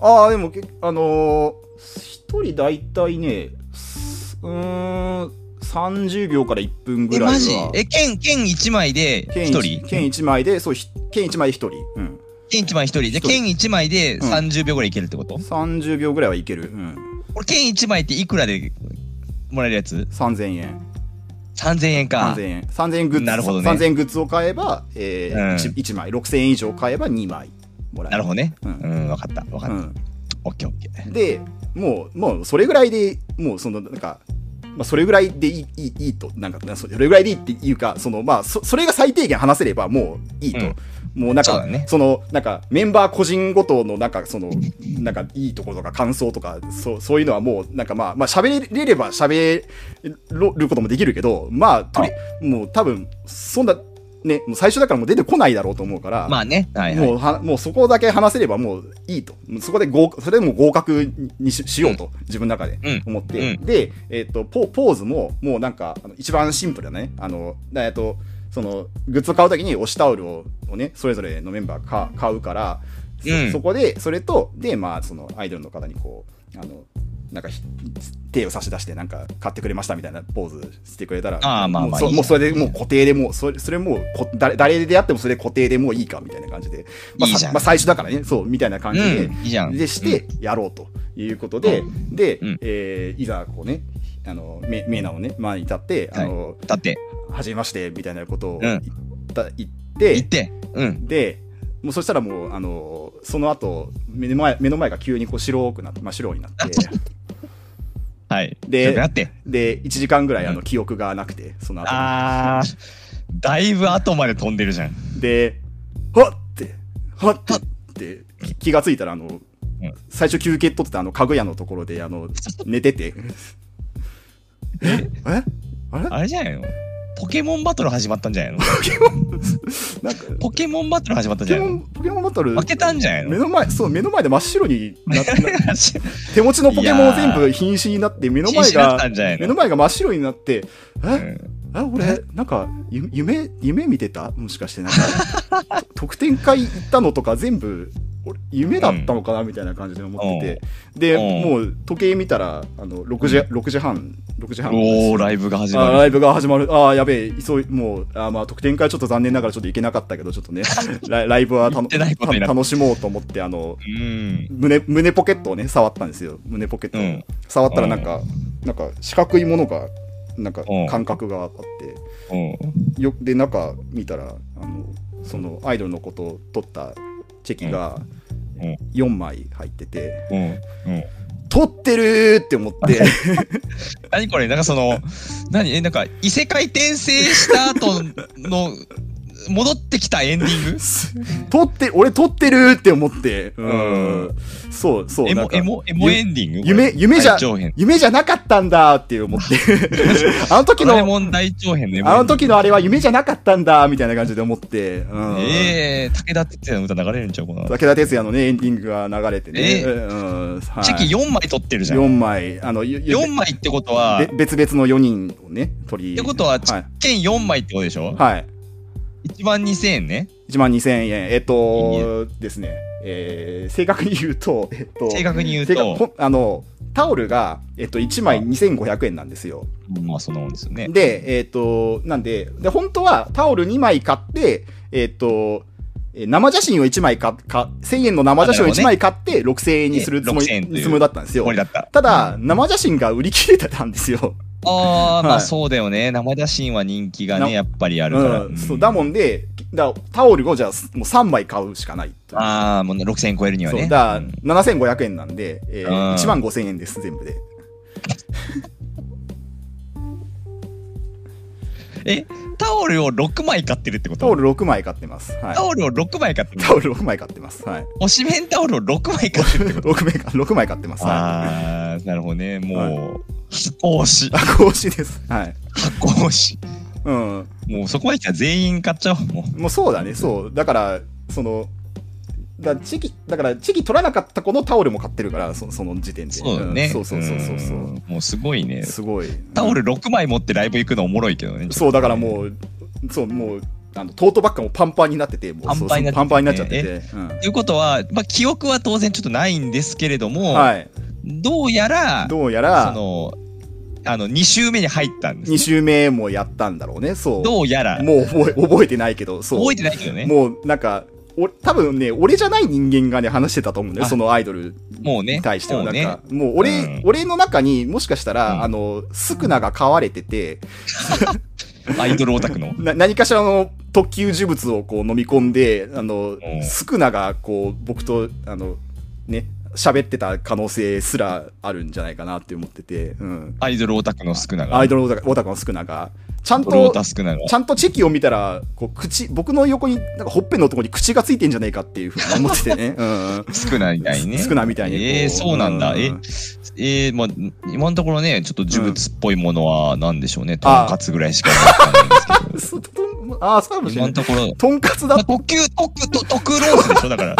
ああ、でもけ、あのー一人大体ね、すうーん、30秒から1分ぐえ、らいは。マジえ、剣、剣1枚で剣1一人剣一枚で、そう、ひ剣一枚で一人。うん。剣1枚1人。で、一人剣1枚でうん30秒ぐらいいけるってこと、 30秒ぐらいはいける。うん。これ剣1枚っていくらでもらえるやつ3000円。 ?3000 円か3000。円。3000円グッズ。なるほどね3000円グッズを買えば、えうんー一 1, 枚。6000円以上買えば2枚もらえなる。るほどね。ううんん、わかった。わかった。うん。オッケーオッケー。で、もう、もうそれぐらいで、もうその、なんか、まあ、それぐらいでいいいいいいと、なんか、なそれぐらいでいいっていうか、その、まあ、そそれが最低限話せればもういいと。うんもうなんそうかだねそのなんかメンバー個人ごとのなんかそのなんかいいところとか感想とかそうそういうのはもうなんかまあまあ喋れれば喋ることもできるけどまあとりもう多分そんなねもう最初だからもう出てこないだろうと思うから、まあね。はいはい。もうはもうそこだけ話せればもういいとそこで合それでもう合格にししようと、自分の中でうん思って、うで、えっとポポーズももうなんかあの一番シンプルだねあのだえっとそのグッズを買うときに推しタオルををねそれぞれのメンバーか買うからそ,、うんこでそれとでまあそのアイドルの方にこうあのなんかひ手を差し出してなんか買ってくれましたみたいなポーズしてくれたらあーまあまもうあそいいじゃんもうそれでもう固定でもうそれそれもうこ誰誰であってもそれで固定でもういいかみたいな感じで、まあ、いいじゃんまあ最初だからねそうみたいな感じで、うん、いいじゃん。でしてやろうということで、うで、うんえーいざこうねあのメメーナのね前に立って、はいあのだって、初めましてみたいなことをん言った、言っ行ってて。うん。でもうそしたらもうあのその後目の前目の前が急にこう白くなって真っ白にな [LAUGHS] ってはい。でちょっとやって。で1時間ぐらいあうの記憶がなくてその後あー、だいぶ後まで飛んでるじゃん。で、はっって、はっって、き気がついたら、あの、最初休憩取ってたあの、家具屋のところで、あの、 [LAUGHS] 寝てて。ええあれあれじゃないのポケモンバトル始まったんじゃ [LAUGHS] ないのなんか、ポケモンバトル始まったんポじケゃなモいのン、ポケモンバトル。負けたんじゃないの目の前、そう、目の前で真っ白になって、な [LAUGHS] 手持ちのポケモンを全部瀕死になって、目の禁前止だっがた、んじゃない目のの前が真っ白になって、うえんえ俺、なんか、ゆ夢、夢見てたもしかして、なんか、 [LAUGHS] と特典会行ったのとか全部、俺夢だったのかなみたいな感じで思ってて、うんで、もう時計見たら、あの、6時、6時半、6時半。おー、ライブが始あーまライブが始まる。ああ、やべえ、急い、もう、あーまあ、特典会ちょっと残念ながらちょっと行けなかったけど、ちょっ [LAUGHS] とね、ライライブはたの行ってないことになった楽しもうと思って、あの、る。うん。胸、胸ポケットをね、触ったんですよ。胸ポケットを。うん触ったらなんか、なんか四角いものが、なんかうん感覚があって、うん。よで中見たらあのそのアイドルのことを取ったチェキがうんうん4枚入っててうん。うん。 「取ってる!」って思って [LAUGHS] 何これなんかその、何え、なんか、異世界転生した後の、 [LAUGHS] 戻ってきたエンディング取って俺取ってるって思ってうん、うそうそうエなんモ、かエモ、エモエンディング夢夢じゃ大長編。夢じゃなかったんだって思って [LAUGHS] あの時ドラえのもん大長編のエモエンディングあの時のあれは夢じゃなかったんだみたいな感じで思って、うんええ武田鉄矢の歌流れるんちゃうかな。武田鉄矢のねエンディングが流れてね、えうんはいチェキ4枚取ってるじゃん。 4枚あのゆゆ4枚ってことはべ、別々の4人をね、取り。ってことは、はい。券4枚ってことでしょはい。 ?1 万2000円ね。 1万2000円。えっいと、ですね。えー正確に言うと、えっと、正確に言う正確と、ほんあの、タオルが、えっと、1枚あ2500円なんですよ。まあそんなもんですよね。で、えっと、なんで、で、本当はタオル2枚買って、えっと、えー生写真を1枚買っ、か1000円の生写真を1枚買って、6000円にするつもり、 6000円というつもりだったんです終わより。だった。たうだ、ん生写真が売り切れてたんですよ。ああ、まはあいそうだよね。生写真は人気がなね、やっぱりあるから。うん、そうだもんで、だタオルをじゃあもう3枚買うしかないというああ、もうね6000円超えるにはそうね。だ、うん7500円なんで、えうん1万5000円です、全部で。え、タオルを6枚買ってるってことタオル6枚買ってます。はい、タオルを6枚買ってる。タオル6枚買ってます。はい、推しメンタオルを6枚買ってる。 6, 枚か6枚買ってます。はああ、なるほどね。もう、箱推しい、。箱押しです、はい箱推し。うん。もうそこまで来たら全員買っちゃおう。もうもうそうだね、そう。だから、その、だチェキだからチェキ取らなかった子のタオルも買ってるから、そその時点で。そうだね。。んそうそうそうそうそううんもうすごいね。すごい。タオル6枚持ってライブ行くのおもろいけどね。そうだからもう、そうもうあのトートバッグもパンパンになってて、もうパンパンにそうそなっててうパンパンになっちゃってて、ということは、まあ、記憶は当然ちょっとないんですけれどうも、んはい、どうやら、どうやそらの、あの、2週目に入ったんですね、 2週目もやったんだろうね、そう。どうやら、もう覚え覚えてないけど、そう覚えてないけどね。もうなんか、お多分ね、俺じゃない人間がね、話してたと思うんだよ、あそのアイドルもうね。に対しては。もなうんね。か、もう俺、うん俺の中にもしかしたら、うんあの、スクナが飼われてて、アイドルオタクの。な何かしらの特級呪物をこう飲み込んで、あの、んスクナがこう、僕と、あの、ね、喋ってた可能性すらあるんじゃないかなって思ってて、うん。アイドルオタクの少なが。アイドドルオタクオタクのスクナが、ちゃんルオと、タ少なが。ちゃんとチェキを見たら、こう、口、僕の横に、なんかほっぺのとこに口がついてんじゃねえかっていうふうに思ってて [LAUGHS] ね。うんうん。少なみたいにね。少なみたいにこう。えー、そうなんだ。えう、えー、まあ、今のところね、ちょっと呪物っぽいものは何でしょうね。とあんかつぐらいしか思いつかないんですけど。そうとんああ、そうかもしれ今なのい。ところ、とんかつまだあ、特級、特、特、特ロースでしょ、だから。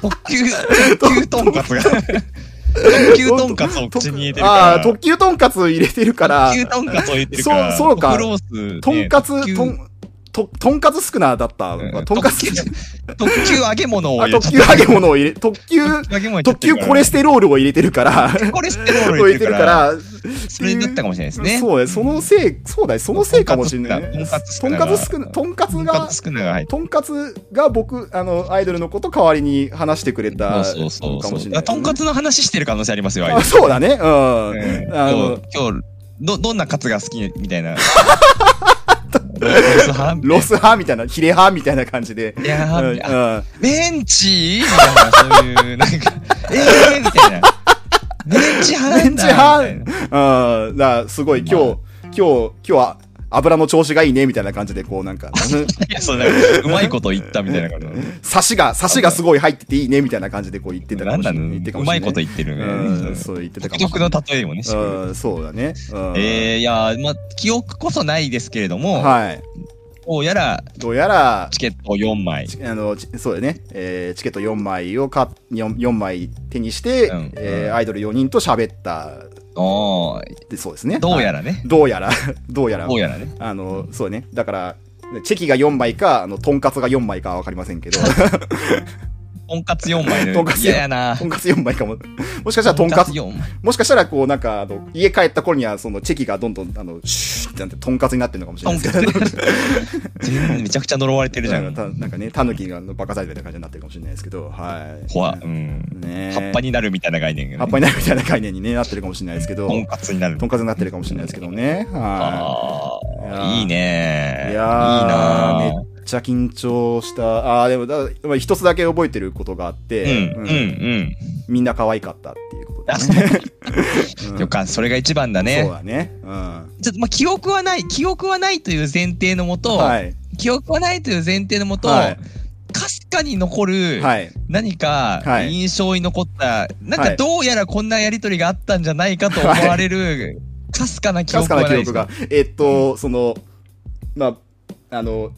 特級、特級とんかつが。特級とんかつを口に入れてるから。ああー、特級とんかつ入れてるから特、級とんかつを入れてるから。そうそうか特ロース、ね。とんか特つ、級とん、と、とんかつスクナだったう。とんかつ、特級特級揚げ物をあ入れ特ちゃっ急た揚げ物を [LAUGHS] 入れ、特急、特急揚げ物入れちゃっ特てる急からコレステロールを入れてるから、コレステロー入ル入れれてるてるかから、 [LAUGHS] ら、それだったかもしれないですね。そうね、そのせい、そうだよ、そのせいかもしれないね。ととんんかかつつススククナ、ナとんかつとんがか、つ少なが入ってとんかつが僕、あの、アイドルのこと代わりに話してくれる。たそうそうかそもうしそれう。ない。とんかつの話してる可能性ありますよ、あいあそうだね、うん。うんあの今日、ど、どんなカツが好きみ [LAUGHS] たいな。ロスハンロス派みたいな、ヒレ派みたいな感じで。いやうんー、うあんメンチみたいな、そういう、なんか、 [LAUGHS] えーみたいな。メンチ派なんだメンみたいなうん、だからすごい今日、まあ今日、今日は油の調子がいいねみたいな感じで、こうなん [LAUGHS] か、いや、そうなんかうまいこと言ったみたいな感じ。刺しが、刺しがすごい入ってていいねみたいな感じでこう言ってたかなもんしれだなろい。う言ってねたかもうしまれいなこと言ってるね。うん、そう言ってたか独もし特れなのい。例えもね、しっかりうん、そうだね。うん、えー、いやー、まあ、記憶こそないですけれども、はい。どうやらどうやら、チケットを4枚。ちあのちそうだね、えーチケット4枚をか 4, 4枚手にして、うんえーうんアイドル4人と喋ったおーでそうですね。どうやら、らね。どうやら、 [LAUGHS] どうやらどうやらね。あの、そうね。だから、チェキが4枚か、あの、トンカツが4枚かはわかりませんけ [LAUGHS] ど、とんかつ4と枚のんか。つ嫌やなト。ンカツ4枚かも。もしかしたらトン [LAUGHS] カツ、 4枚。もしかしたらこう、なんか、あの、家帰った頃には、その、チェキがどんどん、あの、シューってなって、トンカツになってるのかもしれとなんいでかすけど、つ。全然めちゃくちゃ呪われてるじゃなんん。かたなんかね、タヌキがあのバカサイズみたいな感じになってるかもしれないですけど、はい。怖うん。ね葉っぱになるみたいな概念がね。葉っぱになるみたいな概念に、ね、なってるかもしれないですけどと、んかつになるト。ンカツになってるかもしれないですけどね。はあいやーあ、いいねい。ー。いいいやなーーめっちゃ緊張した。あーでもだ、まあ一つだけ覚えてることがあっうんて、ううんんうんみんな可愛かったっていうことあだそね。 [LAUGHS] うよかんそれが一番だそうねだね。うん。ちょっとまあ記憶はない記憶はないという前提のもと、はい。記憶はないという前提のもとはかいす、かに残るはい。何かはい印象に残った、なんはかいどうやらこんなやりとりがあったんじゃないかと思われる、かすかな記かす憶かはなな記いです憶が。えっと、その、まあ、あの、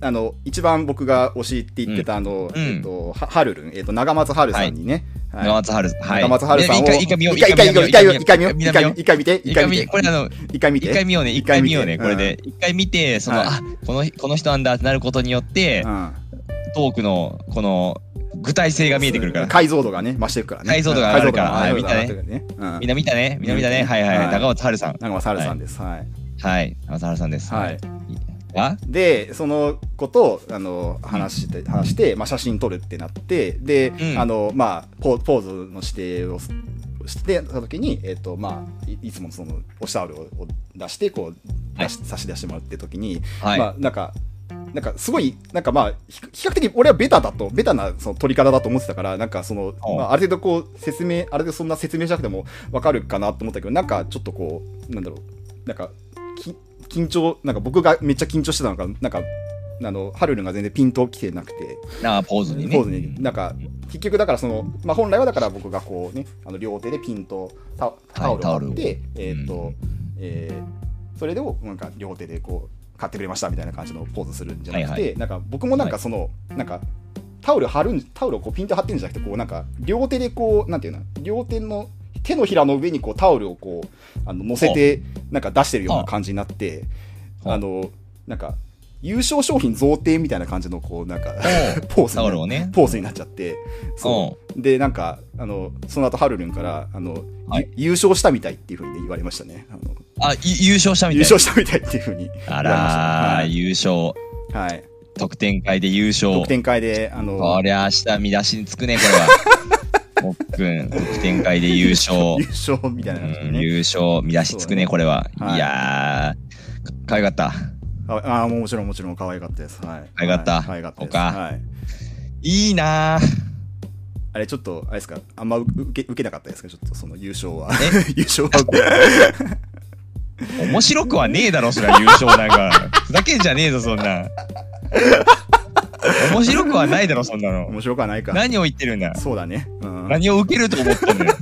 あの、一番僕が推しって言ってた、あの、うんえっと、ははるるん、えっと、長松はるさんにね、はい長松春さんはい長松はるさんを、いや一回見よう一回、一回、一回見よう、一回見よう、一一回見回よう見一回見て、一一回回見見てて、これあの一回見一回て。見ようね一一回回見見てようねこれで一回見てその、はいあこのこの人なんだってなることによって、うんトークのこの具体性が見えてくるから解像度がね、増していくからね。解像度が上がるから解像度がは上いがるね。うんみんな見たねみんな見たうねんはいはい、ははいい、長松春さん長松はるさんです。はい。はい長松春さんですはいあでそのことをあの話して話して、まあ、写真撮るってなってで、うんあのまあ、ポポーズの指定をすしてた時に、えっとまあ、いいつもそのおしゃべりをを出してこう出し、差し出してもらって時に、はい、まあ、なんか。なんかすごい、なんかまあ、ひ比較的俺はベタだと、ベタなその撮り方だと思ってたから、なんかその、うんまあ、ある程度こう、説明、あれでそんな説明しなくてもわかるかなと思ったけど、なんかちょっとこう、なんだろう、なんか、き緊張、なんか僕がめっちゃ緊張してたのか、なんか、あの、ハルルンが全然ピンときてなくて、なあポーズにねポーズに、なんか、結局だからその、まあ本来はだから僕がこうね、あの両手でピンとタタオルをタオル持をって、えーっうとん、えーそれでもなんか両手でこう、買ってくれましたみたいな感じのポーズするんじゃなくて、はいはなんか僕もなんかその、なんか、タオル貼るん、タオルをこうピンと貼ってるんじゃなくて、こうなんか、両手でこう、なんていうの、両手の、手のひらの上にこうタオルをこう、あの、乗せて、なんか出してるような感じになって、はああの、なんか、優勝商品贈呈みたいな感じの、こう、なんか、 [LAUGHS] ポーズタにオなルをねポーズになっちゃって、そう。で、なんか、あの、その後、ハルルンから、あの、はいゆ優勝したみたいっていうふうに言われましたね。あのあい優勝したみ優たい勝したみたいっていうふうに言われましあらー、たね。優勝はい。はい。特典会で優勝特。典会で、あのこ、りゃ明日見出しにつくね、これ [LAUGHS] は。もっくん、特典会で優勝。優勝みたいな感じうでんね。優勝、見出しつくね、これは。はいいやー、かわいかった。ああ、もちろんもちろん可愛かったです。はい。可愛かったはい可愛かったです。そうかはい。いいなー。あれちょっと、あれですか、あんま受け受けなかったですか、ちょっとその優勝は。え [LAUGHS] 優勝は。面白くはねえだろ、そりゃ優勝なんか。ふざけんじゃねえぞ、そんな。面白くはないだろ、そんなの。面白くはないか。何を言ってるんだ。そうだね。うん。何を受けると思ったんだ [LAUGHS] よ。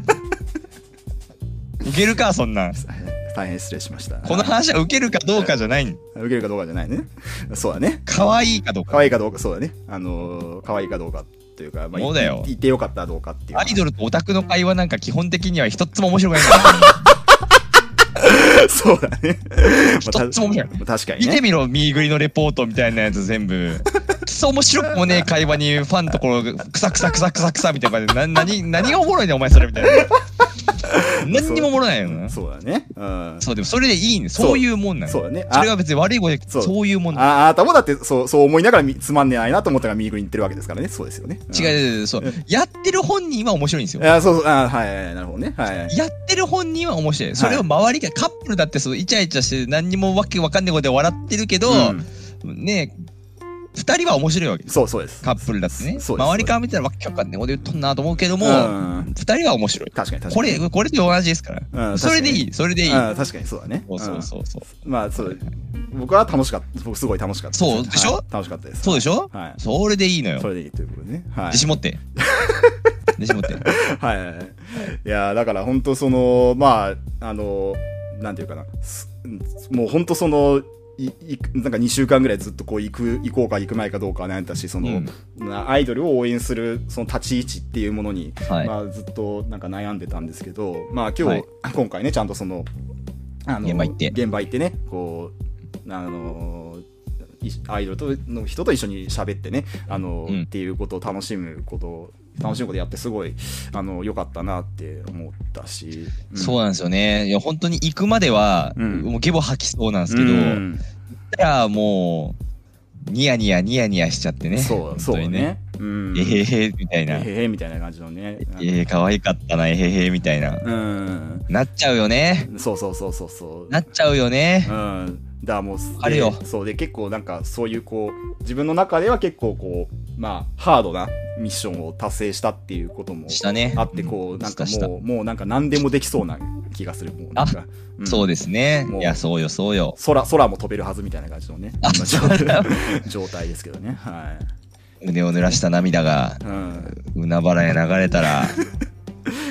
受けるか、そんなん。大変失礼しました。この話は受けるかどうかじゃない。受けるかどうかじゃないね。 [LAUGHS] そうだね。可愛いかどう可か。愛いかどうか、そうだね。あのー、可愛いかどうかというか、まあ、そうだよ言ってよかったらどうかっていう。アイドルとオタクの会話なんか基本的には一つも面 [LAUGHS] 白くないかそうだね。まあ [LAUGHS] 一つも面白いまあ確から。に見てね。みろ、ミーグリのレポートみたいなやつ全部。クソ面白くもねえ会話にファンところ、クサクサクサクサクサみたいな感じで、な、何、何がおもろいねんお前それみたい [LAUGHS] な。何にもおもろないよな。そうだね。うん。そう、でもそれでいいね。そういうもんなの。そそうだね。あれは別に悪いことじゃなくそて、うそういうもんなの。ああなたもだってそうそう思いながらみつまんねえないなと思ったから右に行ってるわけですからね。そうですよね。うん違う、そう。やってる本人は面白いんですよ。ああそうそう、ああはいはいはい、なるほどね。はいはい。やってる本人は面白い。それを周りが、カップルだってそうイチャイチャして何にもわけわかんないことで笑ってるけど、うんねえ、2人は面白いわけです。そうそうです。カップルだってね。そうです周りから見たらわけわかんないこと言っとんなと思うけども、うん2人は面白い。確かに確かに。これ、これと同じですから。うんそれで確かいい、それでいい。うん確かにそうだね。そうそうそうそう。うんまあそう、僕は楽しかった。僕すごい楽しかったす。そうでしょはい楽しかったです。そうでしょはい。それでいいのよそ。れでいいということでね。はい。自信 [LAUGHS] 持って。自信持って。はいはいはい。いやーだから本当そのまああのなんていうかなすうんもう本当そのいいなんか2週間ぐらいずっとこう行く行こうか行く前かどうかは悩んだしその、なアイドルを応援するその立ち位置っていうものに、はいまあ、ずっとなんか悩んでたんですけどまあ今日、はい今回ねちゃんとそのあ現場行って現場行ってねこうあのいアイドルとの人と一緒に喋ってねあの、うんっていうことを楽しむことを楽しむことやってすごいあの良かったなって思ったし、そうなんですよね。いや、本当に行くまでは、うんもうゲボ吐きそうなんですうけど、んたらもう、ニヤニヤニヤニヤしちゃってね。そうそう本当にね。うんえへへみたいえな。えへへみたいな感じのね、へへ可愛かったな、えへへみたいな。うんなっちゃうよね。そうそうそうそうそうなっちゃうよね。うん、だからもうあれよでそうで結構なんかそういうこう自分の中では結構こうまあハードなミッションを達成したっていうこともしたね。あってこう、なんかしたしたもうもうなんか何でもできそうな気がするもうなんか、うんそうですねも。ういや、そうよ、そうよ。空空も飛べるはずみたいな感じのねあ今そうだ [LAUGHS] 状態ですけどねは胸を濡らした涙がい、、うん、海原へ流れ [LAUGHS] たら、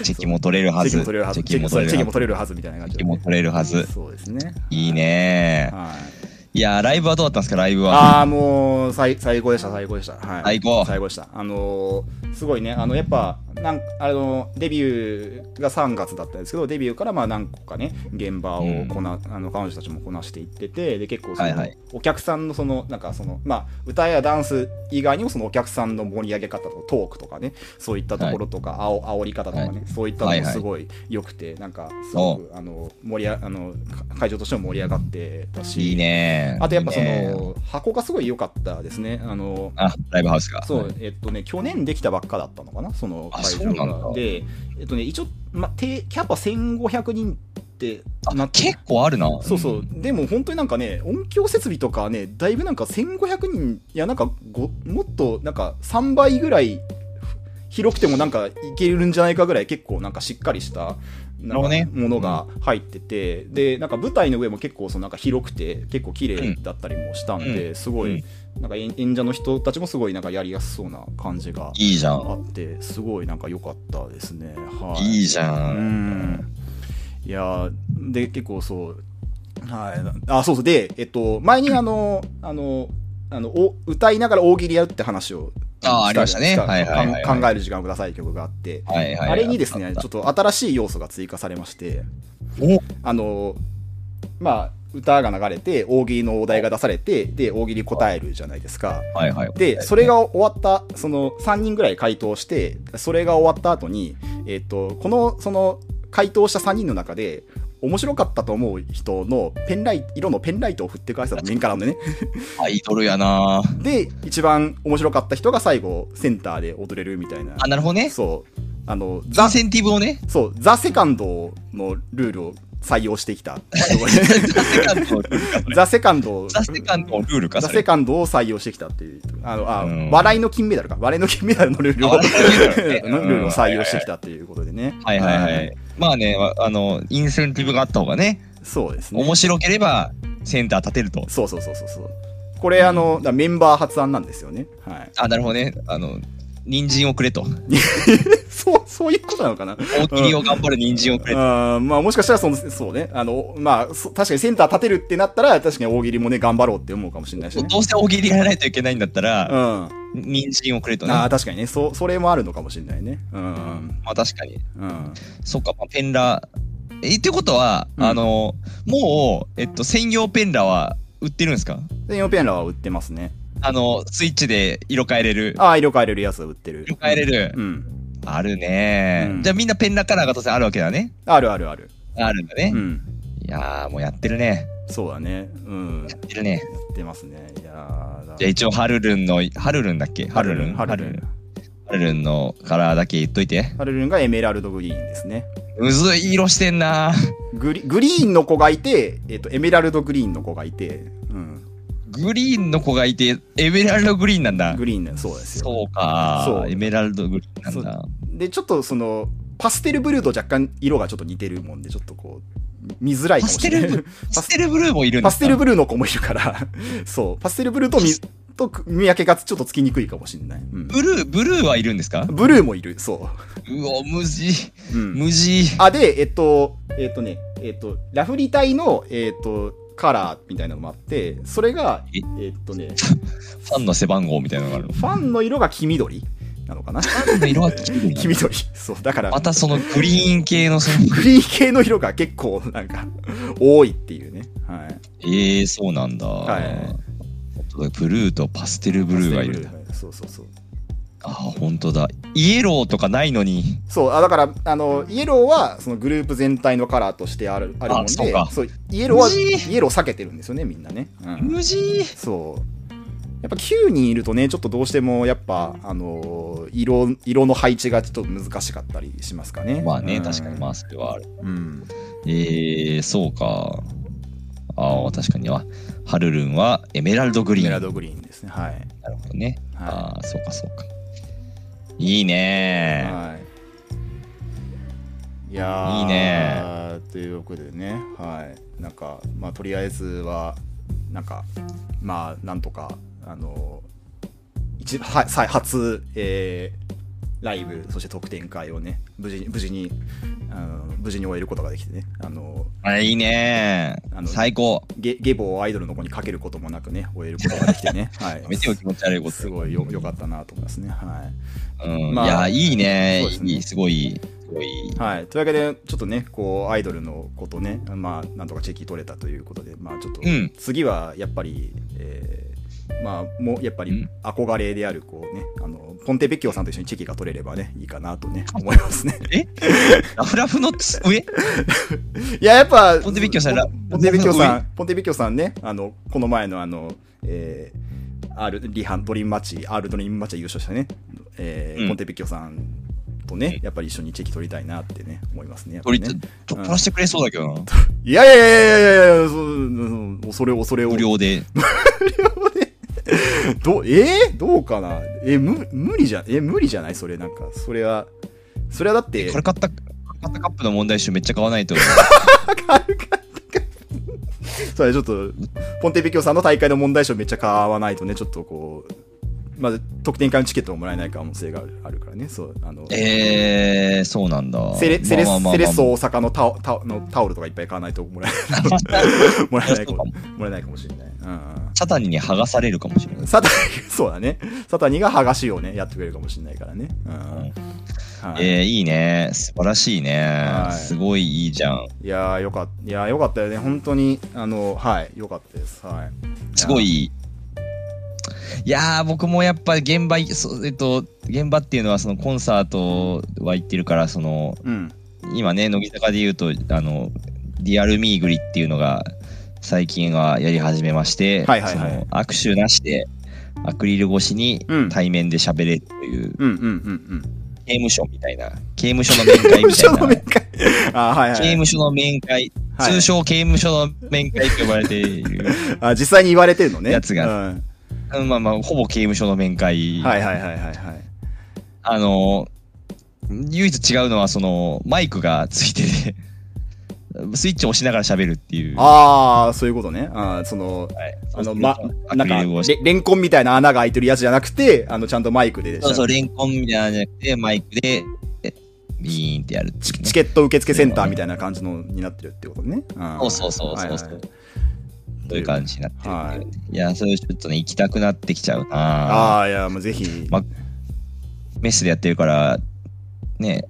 チェキも取れるはチェキず。も取れるはずチェキも取れチェキるもは取れるはずみたいな感ず。チじでェキも取れるはず。そうですねいいねはいいやー、ライブはどうだったんですか、ライブは。ああ、もう、最、最高でした、最高でした。はい。最高最高でした。あのーすごいね、あの、やっぱ、なんあの、デビューが3月だったんですけど、デビューからまあ何個かね、現場をこな、あの、彼女たちもこなしていってて、で、結構その、はいはいお客さんのその、なんかその、まあ、歌やダンス以外にもそのお客さんの盛り上げ方とかトークとかね、そういったところとか、あお煽り方とかね、はそういったはいのもはいすごい良くて、なんか、すごく、あの、盛りあ、あの、会場としても盛り上がってたし、いいねー。あとやっぱそいいねの箱がすごい良かったですね。あのあ、ライブハウスか。そうえっとね、去年できたばっかだったのかな、そのあ会場そうなんが。だで、えっとね、一応、ま、てキャパ1500人ってなあって結構あるな。そうそう、でも本当になんかね、音響設備とかね、だいぶなんか1500人、いや、なんかごもっとなんか3倍ぐらい広くてもなんかいけるんじゃないかぐらい、結構なんかしっかりした。なるなんかほどねものが入ってて、でなんか舞台の上も結構そのなんか広くて結構綺麗だったりもしたんで、うすごい、うんなんか演演者の人たちもすごいなんかやりやすそうな感じがいいじゃん。あってすごいなんか良かったですね。はい、いいじゃ。うんんいやーで結構そうはいあそうそうでえっと前にあのあのあのお歌いながら大喜利やるって話をあーありましたねかはいはいはいかん考える時間をください曲があって、はいはい。あれにですねちょあっと新しい要素が追加されましておあのまあ歌が流れて大喜利のお題が出されてで大喜利答えるじゃないですか。はいはい。で、それが終わった、その3人ぐらい回答して、それが終わった後に、えっ、と、この、その、回答した3人の中で、面白かったと思う人のペンライ色のペンライトを振ってください面からのねアイドルやなぁで一番面白かった人が最後センターで踊れるみたいなあ、なるほどね。そうあのインザセンティブをね、そうザ・セカンドのルールを採用してき [LAUGHS] たザ・セカンドのルールかそれザ・セカンドをザ・セカンドのルールか、ザ・そセれ。カンドを採用してきたっていうあのあ、うん笑いの金メダルか笑いの金メダルのルールをあ笑いの金メダルね [LAUGHS] ルールを採用してきたっていうことでねはいはいはい。まあね、わあの、インセンティブがあった方がね、そうですね面白ければセンター立てると。そうそうそうそうそうこれあのだからメンバー発案なんですよねはい [LAUGHS] あ、なるほどね。あの、人参をくれと。そうそういうことなのかな大喜利を頑張る人参をくれと。あーまあもしかしたらそのそうねあのまあそ確かにセンター立てるってなったら確かに大喜利もね頑張ろうって思うかもしれないしねどうして大喜利やらないといけないんだったうんら、あ人参をくれとね。ーま確かにねそそれもあるのかもしれないねうんあ確かに。うんそっか、まあ、ペンラ。え、ってことは、うんあの、もう、えっと、専用ペンラは売ってるんですかでヨペンラは売ってますねあの、スイッチで色変えれる。ああ色変えれるやつは売ってる色変えれる。うんあるね、うんじゃあみんなペンラカラーが当然あるわけだね。あるあるあるあるんだね。うんいやー、もうやってるね。そうだねうんややってるね。ってますねいやーだじゃあ一応、ハルルンの、ハルルンだっけハルルンハルルンハルルンのカラーだけ言っといて。ハルルンがエメラルドグリーンですねむずい色してんなグリグリーンの子がいて、えっとエメラルドグリーンの子がいて、うん、グリーンの子がいて、エメラルドグリーンなんだ。グリーンねそうですよそうかそうエメラルドグリーンなんだ。でちょっとそのパステルブルーと若干色がちょっと似てるもんでちょっとこう見づらいかパもしステれルないブルー、パステルブルーもいるんでパすスかテルブルーの子もいるから [LAUGHS] そうパステルブルーとみと見分けがちょっとつきにくいかもしれない、うんブルー、ブルーはいるんですかブルーもいるそうお、無地。う、うん、無地。あでえっとえっとねえっとラフリ隊のえっとカラーみたいなのもあってそれがええっとねファンの背番号みたいな [LAUGHS] のがあるの。ファンの色が黄緑なのかなファンの色は黄緑 [LAUGHS] なん黄だ [LAUGHS] 緑そうだからまたそのグリーン系のその。グリーン系の色が結構なんか多いっていうねはいええそうなんだ。はブルーとパステルブルーがいるんだ。そうそうそうああ、ほんとだ。イエローとかないのに。そうあだからあのイエローはそのグループ全体のカラーとしてあるあるもんでそうかそうイエローはうじイエロー避けてるんですよねみんなね、うん、無地そうやっぱ9人いるとねちょっとどうしてもやっぱあの色色の配置がちょっと難しかったりしますかねまあね、うん確かにまあ、それはある。うんええそうか。ああ、確かには。ハルルンはエメラルドグエリーメン。ラなルるドグリーンですねはいほどね。はああ、そうかそうか。いいい、ねはい、いやーいいねということでねはいなんかまあとりあえずはなんかまあなんとかあの一はさ初、えーライブそして特典会をね無事に無事にあの無事に終えることができてねあのあいいねあの最高。ゲゲボをアイドルの子にかけることもなくね終えることができて [LAUGHS] ね、はいや、めてよ、気持ち悪いこと。すごいよよかったなと思いますねはい。うんまあいや、いいねそうですねいい、すごい、すごい。はい、というわけで、ちょっとね、こうアイドルのことね、まあ、なんとかチェキ取れたということで、まあ、ちょっとうん次はやっぱり、えーまあ、もうやっぱうりん憧れであるこう、ね、あのポンテ・ベッキオさんと一緒にチェキが取れればね、いいかなと [LAUGHS] ね、思いますね。 [LAUGHS] ラフラフの上いや、やっぱ、ポンテベッキオさんらポンテ・ベッキオさうんん、ポンテ・ベッキオさんね、あのこの前のあの、えー、R リハンドリームマッチ、R ドリームマッチで優勝したね、えーうんポンテ・ベッキオさんとね、やっぱり一緒にチェキ取りたいなってね、思いますね。やっぱ取ねり、と取らせてくれそうだけどな。いやいやいやいやいやいや、そう恐れ恐れを。無料で。 [LAUGHS] どうえーどうかなえむ、無理じゃ、え、無理じゃないそれなんか、それは、それはだって、カルカッタ、カルカッタカップの問題集めっちゃ買わないと。 [LAUGHS] それちょっと、ポンテピキオさんの大会の問題集をめっちゃ買わないとね、ちょっとこう、まず、得点会のチケットももらえない可能性があるからね、そう、あの、えー、そうなんだ。セレセレまあまあまあまあセレッソ大阪のタオタオのタオルとかいっぱい買わないともら [LAUGHS] えもらえないかももらえないかもしれない。うんうんサタニに剥がされるかもしれない。サタニ、そうだね。サタニが剥がしをね、やってくれるかもしれないからね。うん。はい、えー、いいね。素晴らしいねは。いすごいいいじゃん。いやーよかった。いやーよかったよね。本当に、あの、はい、よかったです。はい。すごい。いい。いやー、僕もやっぱ現場い、そうえっと、現場っていうのはそのコンサートは行ってるから、その、うん。今ね、乃木坂で言うと、あの、リアルミーグリっていうのが最近はやり始めまして、はいはいはいその握手なしでアクリル越しにうん対面で喋れるといううんうんうん刑務所みたいな刑務所の面会うん。みたいのな面会。あ、 [LAUGHS] はいはい。刑務所の面会、はい通称刑務所の面会と呼ばれてい [LAUGHS] る、あ、実際に言われてるのね。やつがうん。うんまあまあほぼ刑務所の面会、はいはいはいはいはい。あの唯一違うのはそのマイクがついててスイッチを押しながら喋るっていうああ、そういうことね。あーその、はいあの、ま、アなクんか、リル越しレレンコンみたいな穴が開いてるやつじゃなくて、あの、ちゃんとマイクで。そうそうレンコンみたいなのじゃなくてマイクでえビーンってやるってチいうねチケット受付センターみたいな感じのになってるってことね。んそうそうそうそうそはう、いはいそういう感じになってるんで、、はいやそれちょっとね行きたくなってきちゃうなああ、いや、もうぜひ。まメスでやってるからね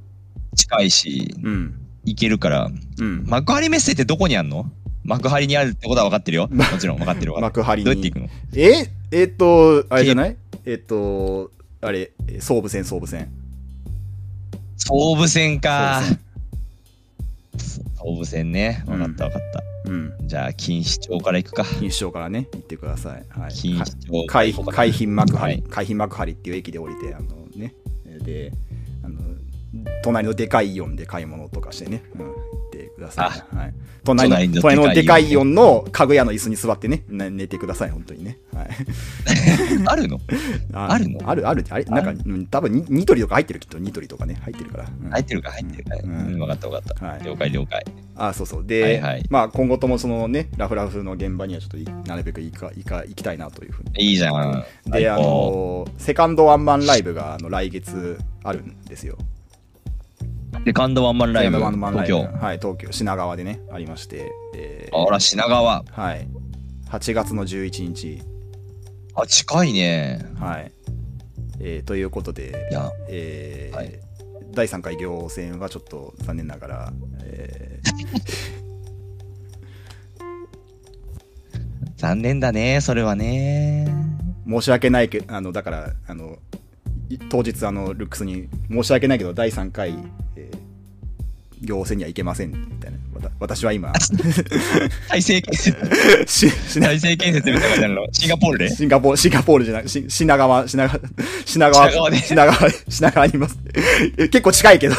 近いしうん。行けるからうん。幕張メッセってどこにあるの幕張にあるってことは分かって [LAUGHS] るよ。もちろん分かってるわ。幕張に。どうやって行くのええっと、あれじゃないえっと、あれ、総武線、総武線。総武線か総武。総武線ね。分かった分かった。うん。じゃあ、錦糸町から行くか。錦糸町からね、行ってください。はい。錦糸町から海行こうかな海浜幕張、はい海浜幕張っていう駅で降りて、あのね、で、あの、隣のでかいイオンで買い物とかしてね、うん、行ってください。はい、隣隣のの隣のででかかいいイイオオンの家具屋の椅子に座ってね、ね寝てください、本当にね。はい、あるのああるのあるあるあれなんか、うん多分ニニトリとか入ってる、きっとニトリとかね、入ってるから。うん入ってるか入ってるか。ううんん、分かった分かった。はい了解了解。あそうそう。で、はいはいまあ今後ともそのね、ラフラフの現場にはちょっといなるべく行か行か行きたいなというふうに。いいじゃん。で、最あ高のセカンドワンマンライブがあの来月あるんですよ。セカンドワンマンライブ、セカンドワンマンラ東イブ京。はい、東京、品川でね、ありまして、えーあら、品川。はい、8月の11日、あ、近いね。はい。えーということでい、や、えーはい第3回行戦はちょっと残念ながら、えー残念だね。それはね。申し訳ないけど、あのだから、あのい当日、あのルックスに、申し訳ないけど、第3回、えー行政には行けませんみたいな、わた私は [LAUGHS] 今、体制建設、 [LAUGHS] ししな体制建設みたいな感じなの。シンガポールでシンガポール、シンガポールじゃない、し品川、品川、品川、品川ね品川、品川にいます。え結構近いけど。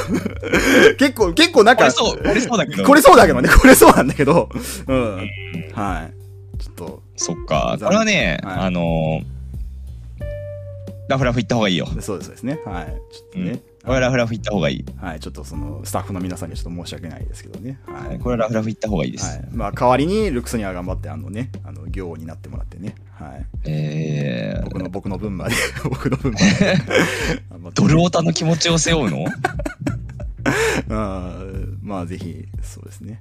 [LAUGHS] 結構、結構なんこか、れそう、これそうだけど。これそうだけどね、これそうなんだけど。うん。はい。ちょっと、そっか。残念これはね、はいあのー、ラフラフ行った方がいいよ。そうですそうですね。はい。ちょっとね。これはラフラフ行った方がいい。はい。ちょっとその、スタッフの皆さんにはちょっと申し訳ないですけどね。はい。これはラフラフ行った方がいいです。はい、まあ、代わりに、ルックスには頑張って、あのね、あの、行になってもらってね。はい。えー、僕の、僕の分まで、 [LAUGHS] 僕の分 [LAUGHS] まで。頑張ってドルオタの気持ちを背負うのあーまあぜひそうですね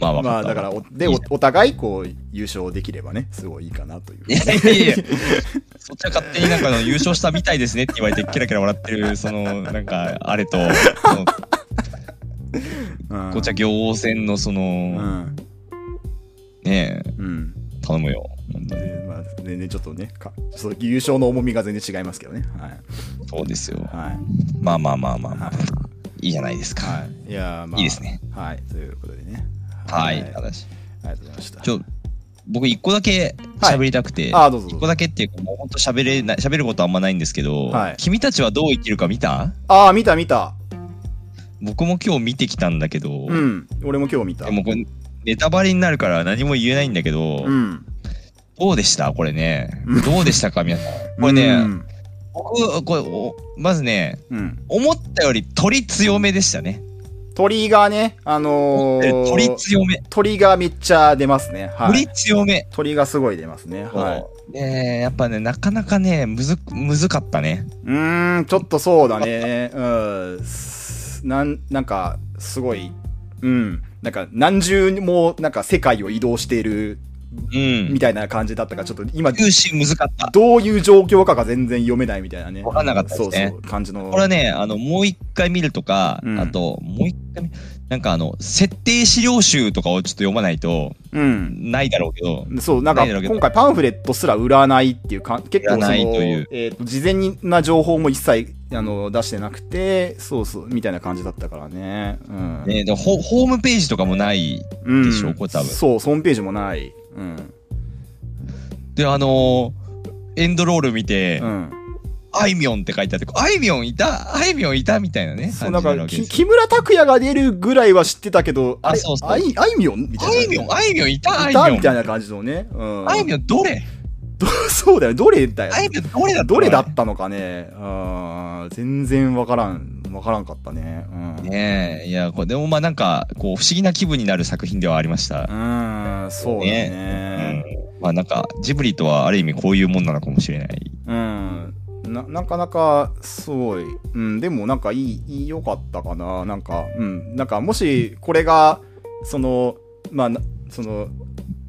まあ、[LAUGHS] わまかあった。だからおでおお互いこう優勝できればねすごいいいかなというふういにやいやいや、そっちは勝手になんかあの優勝したみたいですねって言われて、キラキラ笑ってる、その、なんか、あれと、そのうんこっちは行王戦の、そうの、んうんねえ、頼むよ。本当にでまあ全然ちょっとねかそう優勝の重みが全然違いますけどねはいそうですよ。はいまあまあまあまあまあ、はいいいじゃないですか。はいいやーまあいいですねはいということでねはあい、りが正しい。とうございましたちょ、僕一個だけ喋りたくて、ああどうぞど一う個ぞだけっていうか、もうほんと喋れない、喋ることあんまないんですけど、はい君たちはどう生きるか見たああ見た見た僕も今日見てきたんだけど、うん俺も今日見たでもこれ、ネタバレになるから何も言えないんだけど、うんどうでしたこれねうん。どうでしたか皆さん。これね、うん僕、これお、まずね、うん思ったより鳥強めでしたね。鳥がねあのー、鳥強め。鳥がめっちゃ出ますねはい鳥強め。鳥がすごい出ますね。はい。ねえやっぱね、なかなかね、むず、むずかったね。うーん、ちょっとそうだね。うん。すなん、なんか、すごい、うん。なんか、何重も、なんか、世界を移動している、うんみ。たいな感じだったから、ちょっと今、終始むずかった。どういう状況かが全然読めないみたいなね。わかんなかったですねそうそう、感じの。これはね、あの、もう一回見るとか、うんあと、もう一回見、なんかあの、設定資料集とかをちょっと読まないと、うん。ないだろうけど、そう、なんかないだろうけど今回パンフレットすら売らないっていうか、結構その、売らないというえーと事前な情報も一切あの出してなくて、そうそう、みたいな感じだったからね。うん。ね、でもホホームページとかもない。うん、でしょうこれ多分そう、ホームページもない。うん。で、あのーエンドロール見て、うん。あいみょんって書いてあって、あいみょんいたあいみょんいたみたいなね。そう感なじになんるかわけきですよ木村拓哉が出るぐらいは知ってたけど、あれそうそうあいあいみょんみたいな。あいみょん、あいみょんいたあいいたみょみん。たいな感じのね。うん。あいみょんどれそうだよね。どれだよね。あいみょんどれだったのどれだったのかね。うん。全然わからん。わからんかったね。うん。ねえ、いや、これでもまあなんか、こう、不思議な気分になる作品ではありましたう。ーん、そうだね。うんまあなんか、ジブリとはある意味こういうもんなのかもしれない。うん。ななかなかすごい、うん、でもなんかいいいい良かったかななんかうんなんかもしこれがそのまあなその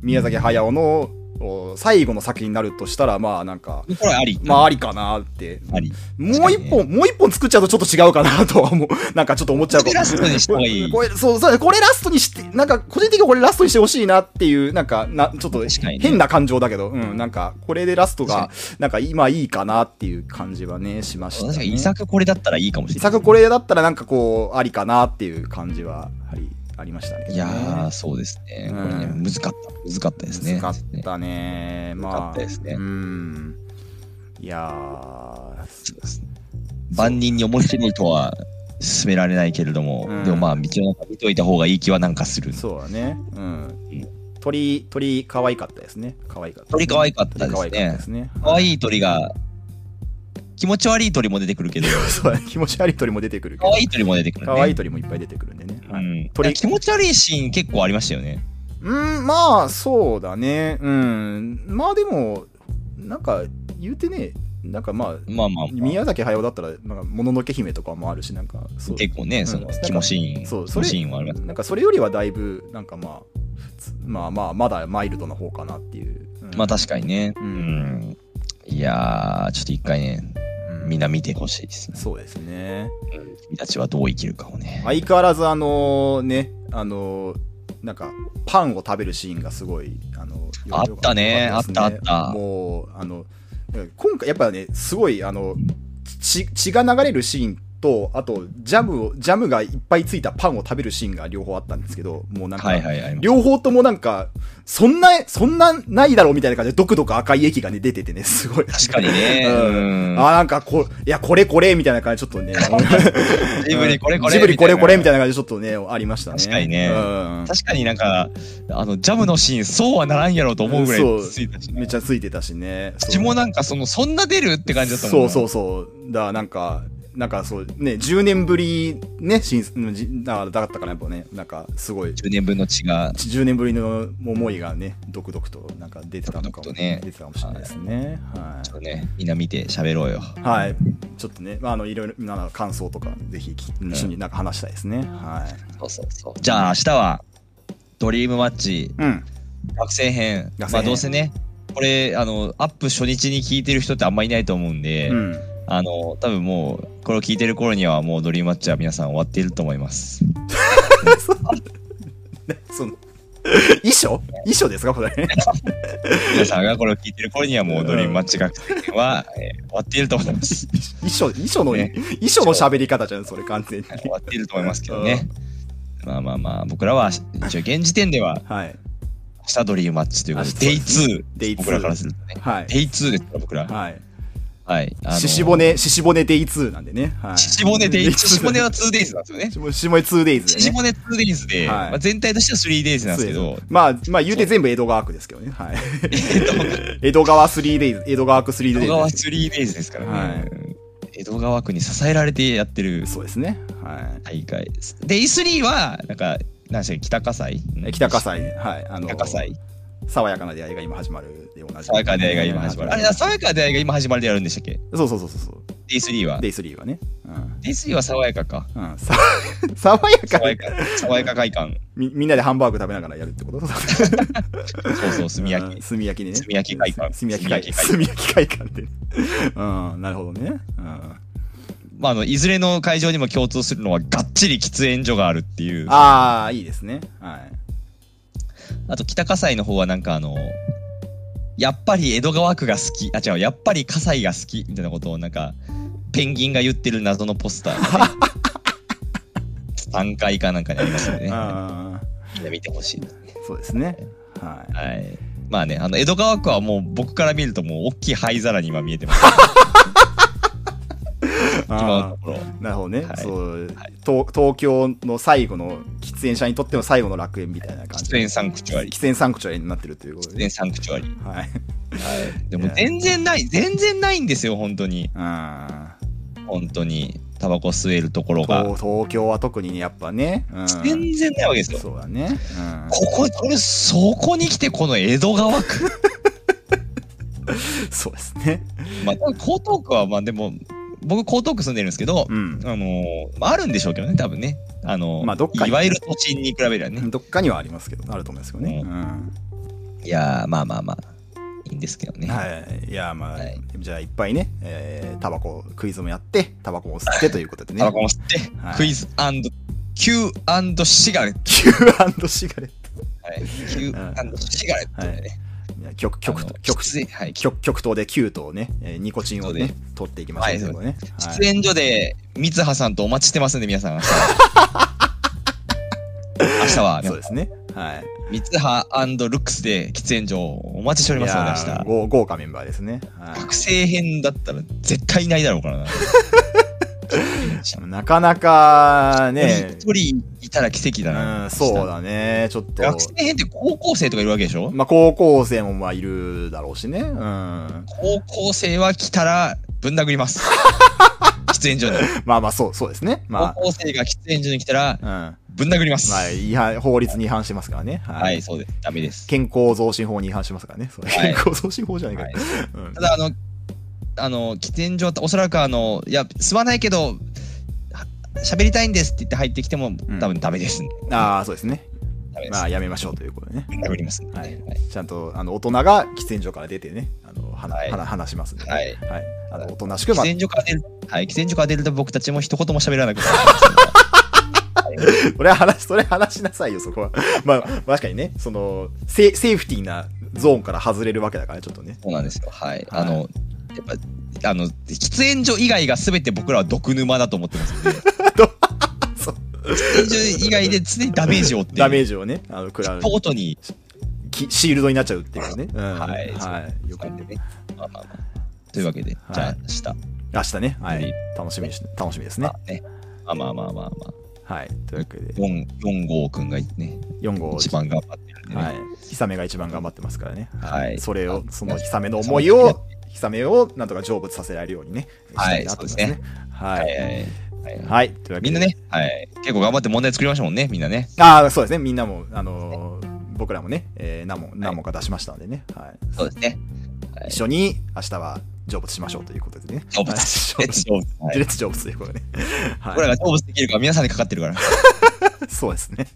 宮崎駿のお最後の作品になるとしたらまあなんかこれあり。まあありかなってあり。もう一本、もう一本作っちゃうとちょっと違うかなとは思う。なんかちょっと思っちゃうかもこれラストにした方がいいこれ、そう、そうこれラストにして、なんか個人的にこれラストにしてほしいなっていう、なんか、なちょっと確かにね変な感情だけど、うん、なんか、これでラスト確が、なんか今いいかなっていう感じはね、しました、ね。確かに、遺作これだったらいいかもし遺れない。作これだったらなんかこう、ありかなっていう感じは、やはりありましたね。いやー、そうですね。こうれんね、難かった。難かったですね。難かったね。まあ、難かったですねうん。いやー、そうですね万人に面白いとは勧められないけれども、うんでもまあ、道の中見といた方がいい気はなんかする。そうだね。うんん。鳥、鳥、可愛かったですね。可愛かった。鳥可愛かったですね鳥可愛かったですね。可愛い鳥が、気持ち悪い鳥も出てくるけど、そうだね気持ち悪い鳥も出てくるけ可ど。愛い鳥も出てくる、ね。可愛い鳥もいっぱい出てくるんでね。うはいん、鳥鳥気持ち悪いシーン結構ありましたよね。うん、まあ、そうだね。うん。まあでも、なんか、言うてね、なんかまあ、まあまあ、まあ、宮崎駿だったら、なんか、もののけ姫とかもあるし、なんか、そう。結構ね、そのうん肝シーン、そうそ肝れシーンはあります。なんか、それよりはだいぶ、なんかまあ、普通まあまあ、まだマイルドな方かなっていう。うんまあ確かにね。ううんん。いやー、ちょっと一回ね、うんみんな見てほしいですね。そうですね。君たちはどう生きるかをね。相変わらずあのねあのなんかパンを食べるシーンがすごいあのあったね良かですあったあったもうあの今回やっぱねすごいあの血血が流れるシーンとあとジャムをジャムがいっぱいついたパンを食べるシーンが両方あったんですけどもうなんか、はいはいはい。両方ともなんかそんなそんなないだろうみたいな感じでドクドク赤い液がね出ててねすごい確かにね。うん、うんあなんかこいやこれこれみたいな感じでちょっと [LAUGHS] ねジブリこれこれ。ジブリこれこれみいたいな感じでちょっとね、ありましたね。確かにねうんな。確かになんか、あの、ジャムのシーン、そうはならんやろうと思うぐらそういついたしめね。っちゃついてたしね。口もなんか、その、そんな出るって感じだったもん。そうそううそう。だからなんか、なんかそう、ね、10年ぶり、ね、新うんじだからだったからやっぱね、なんかすごい、 10年分の血が、 10年ぶりの思いがね、独々となんか出てたのかドクドも、クとね出てたかもしれないですね。はちょっとね、みんな見て喋ろうよ。い。はい。ちょっとね、まあ、あの、いろいろ、なんか感想とか、ぜひき、一緒になんか話したいですね。はそうそうそう。じゃあ、明日は、ドリームマッチ、い。うん。学生編。学生編まあ、どうせね、これ、あの、アップ初日に聞いてる人ってあんまいないと思うんで、うん。あの、多分もう、これを聞いてる頃には、もうドリームマッチは皆さん終わっていると思います。その、 [LAUGHS] 衣装衣装ですかこれ。皆さんがこれを聞いてる頃には、もうドリームマッチ学生編は、えー終わっていると思います。衣装、衣装の、ね衣装の喋り方じゃん、それ完全に。終わっていると思いますけどね。まあまあまあ、僕らは、一応現時点では、はい。明日ドリームマッチということあで、デイそう2。 Day 僕らからするとね。はい。デイ2ですから、僕ら。ははい。い。あのししぼね、ししぼねデイ2なんでね。はい。ししぼねで、 [LAUGHS] ししぼねは2 2days なんですよね。ね。しぼね 2days しでしね。ぼね 2days で、はいまあ、全体としては 3days なんですけそうどで、すまあ、まあ言うて全部江戸川区ですけどね。はい。えっと江戸川 3days、江戸川区江戸川 3days。 3days ですからね、はい江戸川区に支えられてやってるそうですね。は大会です。で、E3 は、なんか、何でしたっけ、北葛西い。北葛西ね。はい。あの北、葛西。爽やかな出会いが今始まるで同じ。爽やかな出会いが今始まる。あれ、爽やかな出会いが今始まるでやるんでしたっけそうそうそうそう。 ?E3 は。デイ3はね。うん。 E3 は爽やかか。うん。さ爽やか爽やか、爽やか会館。みみんなでハンバーグ食べながらやるって [LAUGHS] ことそうそう、炭焼うんき。炭焼きね。炭焼き会館炭焼き会炭炭焼き会館ってね。うん、なるほどね。うん。まあ、あの、いずれの会場にも共通するのは、がっちり喫煙所があるっていう。あああいいですねはいと、北葛西の方はなんかあの、やっぱり江戸川区が好き、あ、違う、やっぱり葛西が好き、みたいなことをなんか、ペンギンが言ってる謎のポスター [LAUGHS] がね、3階かなんかにありますよね。あみんな見てほしいな。あそうですねはいはい。まあね、あの、江戸川区はもう僕から見るともう大きい灰皿に今見えてます。今のあところ。あなるほどね、はいそう、東東京の最後の喫煙者にとっての最後の楽園みたいな感じ喫煙サンクチュアリ。喫煙サンクチュアリになってるということ喫で煙サンクチュアリ。はいでいもや全然ない、全然ないんですよ、本当に。あ本当に。タバコ吸えるところあが。東東京は特にねやっぱね、うん、全然ないわけですよ。そうだね、うん、ここ、これ、そこに来て、この江戸川区。そうですねまあ、江東区は、まあでも、僕、江東区住んでるんですけど、うんあのーまあ、あるんでしょうけどね、多分ね。あのーまあどっかにいわゆる都心に比べればね。どっかにはありますけどあると思いますけどね、ううんいやー、まあまあまあ、いいんですけどね。はい、いやまあ、はいじゃあいっぱいね、えー、タバコ食い初めやってタバコも吸ってということでねタバコも吸って、はいクイズ &Q& シガレット。 Q& シガレッはい、Q& シガレットでね。トいや極あ極の極喫煙はい、極極東で Q とね、えーニコチンをそねうで取っていきましょうということでね、はい喫煙所で、三葉さんとお待ちしてますんで、[LAUGHS] 皆さん。明日明日は、そうですねはい三葉ルックスで喫煙所をお待ちしておりますのいで、やー明日。豪豪華メンバーですね、はい学生編だったら絶対いないだろうからな。なかなかね、一人いたら奇跡だうな。ん、そうだね、ちょっと、学生編って高校生とかいるわけでしょまあ、高校生もまあいるだろうしね、うん、ま高校生は来たらぶん殴 [LAUGHS] ります。喫煙所に。あまあ、そうそうですね、ま高校生が喫煙所に来たらあ、うん、まぶん殴ります。あ違反、法律に違反してますからね、はいはい、そうです。ダメです。健康増進法に違反してますからね、それはい健康増進法じゃないか、はいうんただ、あの、あの、喫煙所っておそらくあの、いや、吸わないけど、は喋りたいんですって言って入ってきても、多分ダメですね。ああ、そうですね、ダメです。まあ、やめましょうということでね。ぶん殴りますんで。ははいい。ちゃんとあの大人が喫煙所から出てね、あのはなはいはな話しますんで、ねはいあのおとなしく、喫まあ、煙所から出る、はい、喫煙所から出ると僕たちも一言も喋らなくなる。それは話それ話しなさいよ、そこは。まあ、確かにね、そのセ、セーフティーなゾーンから外れるわけだから、ちょっとね。そうなんですよ。はい。はいあの、やっぱ、あの、喫煙所以外が全て僕らは毒沼だと思ってますんで。 [LAUGHS] そう喫煙所以外で常にダメージを負って、ダメージをね、あの食らう一歩ごとに、きシールドになっちゃうっていうね。うんはいはい。よくなんでね。まあまあまあ。というわけで、じゃあ、明日。明日ね、ははいい。楽しみにし楽しみですねま。あね。まあまあまあまあまあ。はい。というわけで、 4, 4号くんがね、 4号、一番頑張ってるんでね。はい。ヒサメが一番頑張ってますからね。はいそれを、そのあヒサメの思いを、ヒサメをなんとか成仏させられるようにね、はしいたいなと思いますね。ははい。いはいはいはいはい。というわけでみんなね、はい、結構頑張って問題作りましたもんね、みんなね。ああ、そうですね。みんなも、あのー僕らもね、えー何問、何問か出しましたのでね。はい。そうです [LAUGHS] ね。はい一緒に明日は成仏しましょうということでね。成仏はい [LAUGHS] レッツ勝負はい自立成仏ということでね。はい。これが成仏できるかは皆さんにかかってるから。そうですね。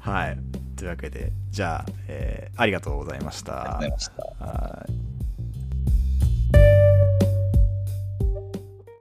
はい。というわけで、じゃあ、えーありがとうございました。ありがとうございました。はい